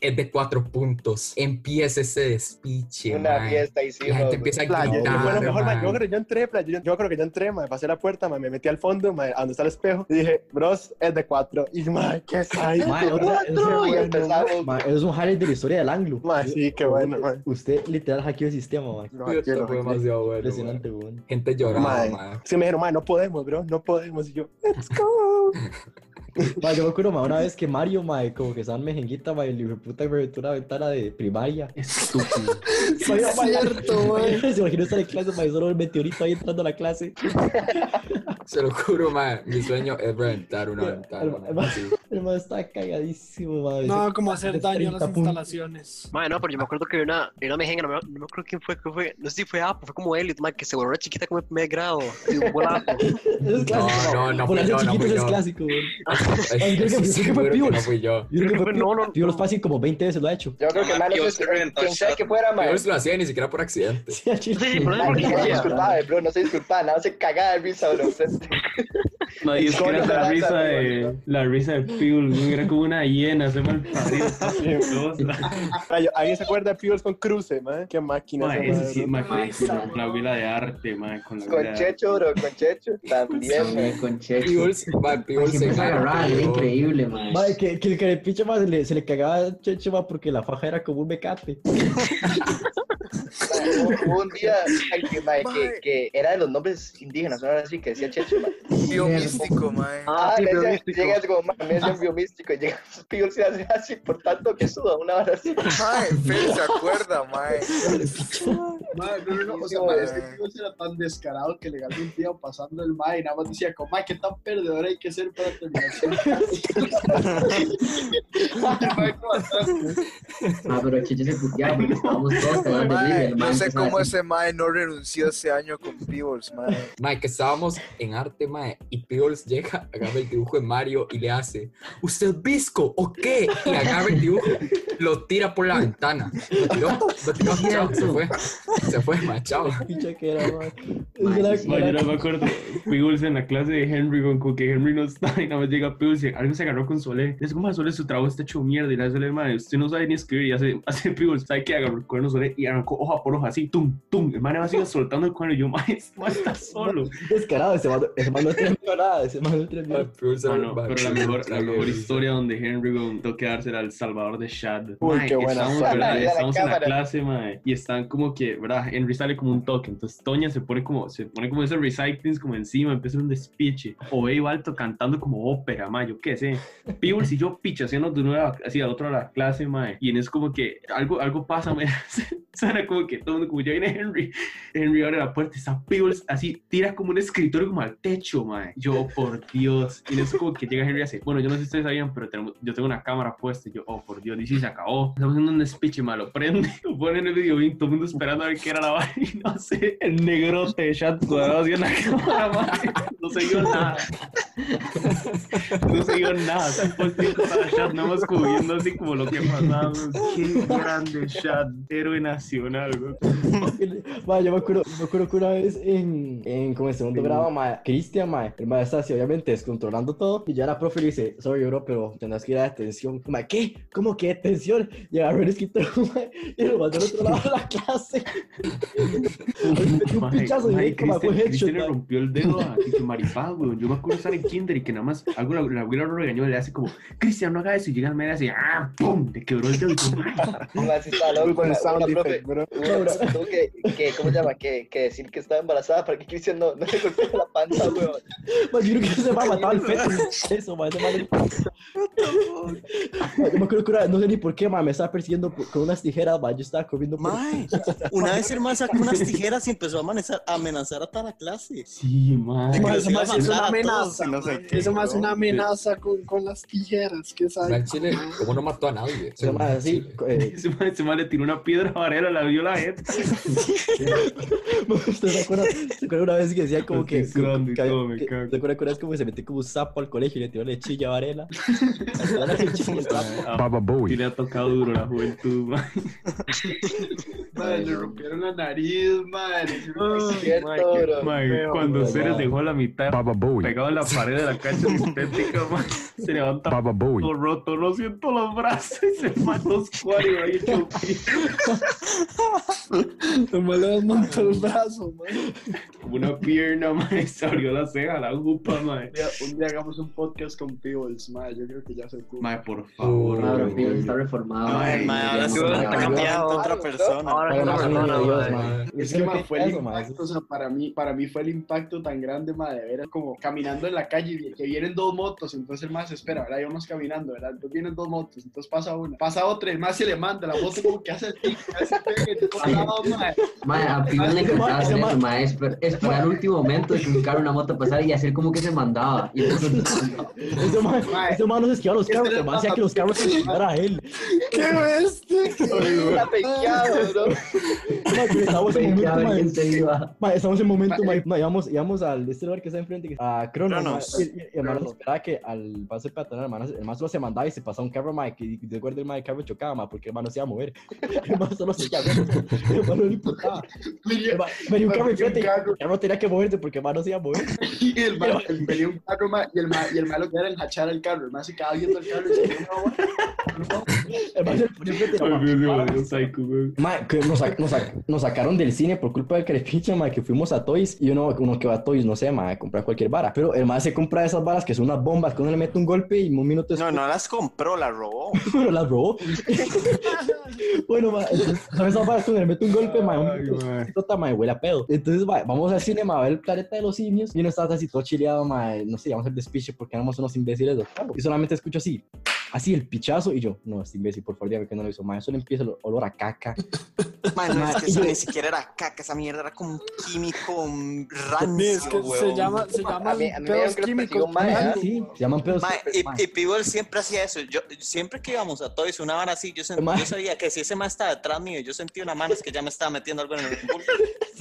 es de cuatro puntos. Empieza ese despiche, Una mae. fiesta hicimos. La gente güey. empieza a Playa, yo, gritar, fue lo mejor, mae. ma, yo, creo que yo entré, playa, yo, yo creo que yo entré, ma, pasé la puerta, ma, me metí al fondo, ma, a donde está el espejo, y dije, bros, es de cuatro. Y, ma, qué psycho, Mae, otra- bro. eso fue Y bueno, empezamos. mae, eso es un highlight de la historia del anglo. Ma, sí, qué bueno, ma. Usted literal hackeó el sistema, mae. Lo hackeé, Esto lo fue hackeé. demasiado bueno, Impresionante, weón. mae. Gente llorando, Mae, mae. Sí, me dijeron, ma, no podemos, bro, no podemos. Y yo, let's go. *laughs* Mae, yo me acuerdo, mae, una vez que Mario, mae, como que estaban mejenguita, mae, el hijo de puta me metió una ventana de primaria. *laughs* Estúpido. Es cierto, mae. *laughs* Se imaginó estar en clase, mae, solo el meteorito ahí entrando a la clase. Se lo juro, mae. Mi sueño es reventar una ventana. El- el- mae, sí. *laughs* El mae está cagadísimo, mae. No, como hacer de daño a 30 las puntos. instalaciones. Mae, no, pero yo me acuerdo que había una, había una mejenga, no me, no me acuerdo quién fue, que fue, no sé si fue Apo, fue como Elliot, mae, que se volvió una chiquita como de primer grado, y un bolapo. Eso *laughs* es clásico. No, no, no Por fui hacer yo, no chiquitos fui es yo. clásico, *laughs* weón. Ay, creo que- Eso creo sí, que fue juro que no Pius. fui yo. Yo creo que No, fue no, no. Pius fácil como 20 veces lo ha hecho. Yo creo que Ah, el mae no Dios, se qué reventón, quién sabe chato. que fuera, mae. Pius lo hacía ni siquiera por accidente. Sí, al chile. Sí, pero no Ay, porque No se quería. disculpaba, bro, no se disculpaba, nada, se cagaba de risa, bro. frente. Nadie es que era la risa de la risa de Piul, güey, era como una hiena, se mal parido. *laughs* Rayo, Ahí se acuerda Pius con cruce, ma, qué máquina. Ma, esa ese madre, sí, bro. ma, con- con la huila de arte, ma, con la huila Con de arte. Checho, bro, con Checho. También, mae. Mae, con Checho. Pius, mae, Pius Se se empieza a agarrar, era maquilló. increíble, mae. Mae, que, que el carepicha mae, se le, se le cagaba a Checho, mae, porque la faja era como un mecate. Mae, hubo- hubo un día ay, que, mae, que, Mae. que era de los nombres indígenas, ahora sí que decía Checho. mae. Tío místico, mae. Ah, Ah, sí, le pero decía- místico. llegas como, mae, me decían biomístico, y *laughs* llegas Pius y hace así, por tanto que suda, una hora así. Mae, Fer se acuerda, *laughs* mae. Madre, no, no, no, o sea, Buenísimo, madre, es que Dios era tan descarado que legalmente iba pasando el mae y nada más decía, como, "Mae, qué tan perdedor hay que ser para terminar. siendo campeón?" El mae como atrás, Ah, pero Checho se puteaba porque estábamos *laughs* todos cagados de risa. Mae, el No mae sé empezaba cómo a decir, ese mae no renunció ese año con Peebles, mae. Mae, que estábamos en arte, mae, y Pius llega, agarra el dibujo de Mario y le hace, ¿usted es visco o qué? Y agarra el dibujo, lo tira por la ventana. Lo tiró, lo tiró, chao, se fue. Se fue, mae, chao. Picha que era, mae. Pues Mae, Era- sí, Ma, yo era- no me acuerdo, Piul en la clase de Henry, con, con que Henry no está y nada más llega Piul y alguien se agarró con Sole. Es como, "Ma, Sole, su trabajo está hecho mierda. Y la Sole, madre, usted no sabe ni escribir. Y hace, hace Piul, ¿sabe qué? Agarró el cuerno Sole y arrancó hoja por hoja, así, tum, tum. El man nada más iba soltando el cuerno. Y yo, madre, *laughs* este man está solo. Descarado, ese man, ese man no *laughs* entendió nada, ese man no Mae, entendió. Pius era- Ah, no, mae, pero la Pius mejor, era un la mejor cague de historia donde Henry Gon toca darse era el salvador de Shad. Uy, Mae, qué buena Estamos, historia. ¿verdad? Ay, de la estamos en la cámara. clase, mae, y están como que, ¿verdad? Henry sale como un toque, entonces Toña se pone como, se pone como ese recycling como encima, empieza un despiche. O Babe Alto cantando como ópera, mae, yo qué sé. Peebles y yo pichaseando de una hacia la otra a la clase, mae. Y en eso como que algo, algo pasa, mae. *laughs* Suena como que todo el mundo, como ya viene Henry. Henry abre la puerta y está Peebles así, tira como un escritorio como al techo, mae. Yo, por Dios. Y en eso como que llega Henry y hace, bueno, yo no sé si ustedes sabían, pero tenemos- yo tengo una cámara puesta. Y yo, oh, por Dios, dice, se acabó. Estamos haciendo un speech, mae, lo prende, *laughs* lo pone en el video y todo el mundo esperando a ver qué era la vaina. Y no sé, el negrote de chat cuadrado haciendo la cámara, mae. No se vio nada. No se vio nada. Todo el tiempo estaba Shad, nada más cubriendo así como lo que pasaba. Qué grande Shad, héroe nacional. desayunar, güey. Ma, yo me acuerdo, yo me acuerdo que una vez en, en como en segundo grado, ma, Cristian, ma, el maestro así, obviamente, descontrolando todo. Y ya la profe le dice, sorry, bro, pero tendrás que ir a detención. Ma, ¿qué? ¿Cómo que detención? Y agarró el escritorio, *laughs* ma, y lo mandó al otro lado de la clase. *laughs* Mae, pichazo mae, directo, mae, fue Cristian- headshot, Cristian le mae. rompió el dedo a Kike Maripá, güey. Yo me acuerdo estar en kinder y que nada más algo la, la abuela lo regañó y le hace como, Cristian, no haga eso. Y llega al medio y hace, ah, pum, le quebró el dedo. Y yo, "Mae, *laughs* Mae, sí está loco, Con una- sound una profe- effect, bro. una profe tuvo que, que, ¿cómo se llama? Que, que decir que estaba embarazada para que Cristian no, no le golpeara la panza, weón. Ma, yo creo que se va a matar *laughs* al feto. Eso, ma, ese ma le- Ma, Yo me acuerdo que una- no sé ni por qué, ma, me estaba persiguiendo por- con unas tijeras, ma, yo estaba corriendo por... Mae, *laughs* Una vez el man sacó unas tijeras y empezó a amenazar, a amenazar a toda la clase. Sí, Ah. mae. que Mae, los Eso iba a más es matar una a todos amenaza. y no sé mae. qué, Eso más es ¿no? una amenaza con, con las tijeras. ¿Qué Ma, al sabes? Chile, ¿cómo no mató a nadie? Ese ma, así, eh, Ese mae- ese mae le tiró una piedra a Varela, la vio la gente. ¿Usted se acuerda, se acuerda una vez que decía como que... Estoy sudando y que- todo, me que- cago. ¿Se acuerda que una vez como que se metió como un sapo al colegio y le tiró lechilla a *laughs* Varela? Le tiró la lechilla al sapo. Ah, Y le ha tocado duro la juventud, mae. Madre, le rompieron la nariz, madre. le hicieron un accidente. Cierto, bro. Mae, Feo, cuando güey, Ceres ya. dejó la mitad pegado en la pared de la cancha sintética, mae, se levanta todo roto, no siento los brazos y se mató dos cuadros ahí hecho un pie. Tomó le *laughs* desmontó el brazo, mae. como una pierna, mae, *laughs* se abrió la ceja, la gupa, mae. Un día, un día hagamos un podcast con Peebles, madre. Yo creo que ya se ocurre. Mae, por favor. Ahora güey. Bill está reformado. Mae, ya ahora no sí se está graba. cambiando otra persona. Ahora Ay, es ma, una sangre persona, de mae. Dios, ma. Es Yo que creo mae, fue el eso, ma, impacto, o sea, para mí, para mí fue el impacto tan grande, madre, de ver como caminando en la calle y que vienen dos motos, entonces el más espera, ¿verdad? Íbamos caminando, ¿verdad? Entonces vienen dos motos, entonces pasa una, pasa otra, el más se le manda la moto como que hace el tic, *laughs* hace el tic, y todo al lado, mae. Mae, a Pibe le encantaba hacer eso, mae, esper- esperar el último momento de que un carro una moto pasara y hacer como que se mandaba. Y entonces, Ese ma- ese ma no se esquivaba los carros, el ma hacía que los carros se *laughs* esquivaran a él. ¡Qué bestia! Está pequeado, bro. Ma, pero estábamos en un ya ver momento, ma, quién se iba. Ma, estamos en un momento, ma, ma, íbamos, íbamos al este lugar que está enfrente, que- a Cronos, ma, Cronos. y, y- y el man esperaba que al pase peatonal, el man, el man solo se mandaba y se pasaba un carro, ma, que- y recuerda el man, el carro chocaba, ma, porque el man no se iba a mover, *laughs* el man solo se iba a mover, el man no le importaba, Venía- el man, venía un Ma, carro venía un enfrente, y carro. el carro no tenía que moverse porque el man no se iba a mover, *laughs* Y el malo, el, venía un carro ma- y el ma- y el malo que era el hachar al carro, el más se quedaba viendo el carro y se quedaba, "No, el man se le ponía enfrente, Ay, ma, Dios mío, Dios, psycho, güey. Ma, que nos, sac- nos sac- nos sacaron del cine por culpa del crepicha, ma, que fuimos a Toys y uno, uno que va a Toys, no sé, ma, a comprar cualquier vara. Pero el ma se compra esas varas que son unas bombas, que uno le mete un golpe y un minuto No, después no las compró, las robó. *laughs* pero las robó. bueno, ma, *laughs* entonces, son esas varas que uno le mete un golpe, ma, un Ay, minuto ma. explota, ma, y huele a pedo. Entonces, ma, vamos al cine, ma, a ver el planeta de los simios y uno está así todo chileado, ma, no sé, vamos al despiche porque éramos unos imbéciles del carro. Y solamente escucho así. Así el pichazo y yo, no, este imbécil, por favor, dígame que no lo hizo, ma, eso le empieza el olor a caca. Mae, no, es que Mae, eso yo- ni siquiera era caca, esa mierda era como un químico rancio, Es que se weón. llama, se A llama mí- a mí pedos me dio que lo persigo químicos. un mae, mae. ¿ah? Sí, se llaman pedos. Mae, y, Mae. y Pibol siempre hacía eso. Yo, siempre que íbamos a Toys, una vara así, yo, sent- Mae. yo sabía que si ese man estaba detrás mío, yo sentía una mano, es que ya me estaba metiendo algo en el bulto.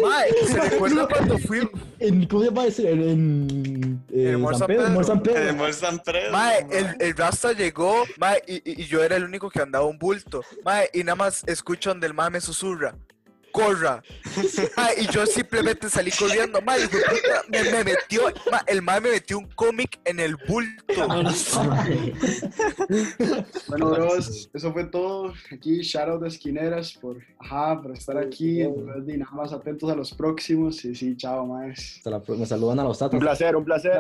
Mae, ¿se *laughs* recuerda cuando fui? En, ¿Cómo se llama ese? En, en, eh, En Mall San San Pedro. en Mall Pedro. San Pedro. Eh, muestran tres, Mae, weón. el, el Rasta llegó, mae, y, y- y yo era el único que andaba un bulto. Mae, y nada más escucho donde el mae me susurra. *laughs* Corra. Mae, y yo simplemente salí corriendo. Mae, hijo de puta, me, me metió, mae, el mae me metió un cómic en el bulto. Eh, Bueno, bros, eso fue todo. Aquí, shoutout de Esquineras por, ajá, por estar aquí. Entonces, y nada más atentos a los próximos. Y sí, chao, más. Hasta la pro- Me saludan a los Un tatas. placer, un placer.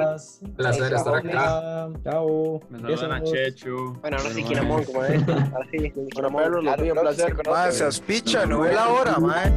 Placer estar acá. Chao. Me saludan a Besos. Checho. Bueno, ahora sí, Bueno, Kinamon, *laughs* como es. Ahora sí, Bueno, Perro, lo Claro, mío, un claro, sí placer. se conoce. Mae, seas picha, no ve la hora, mae.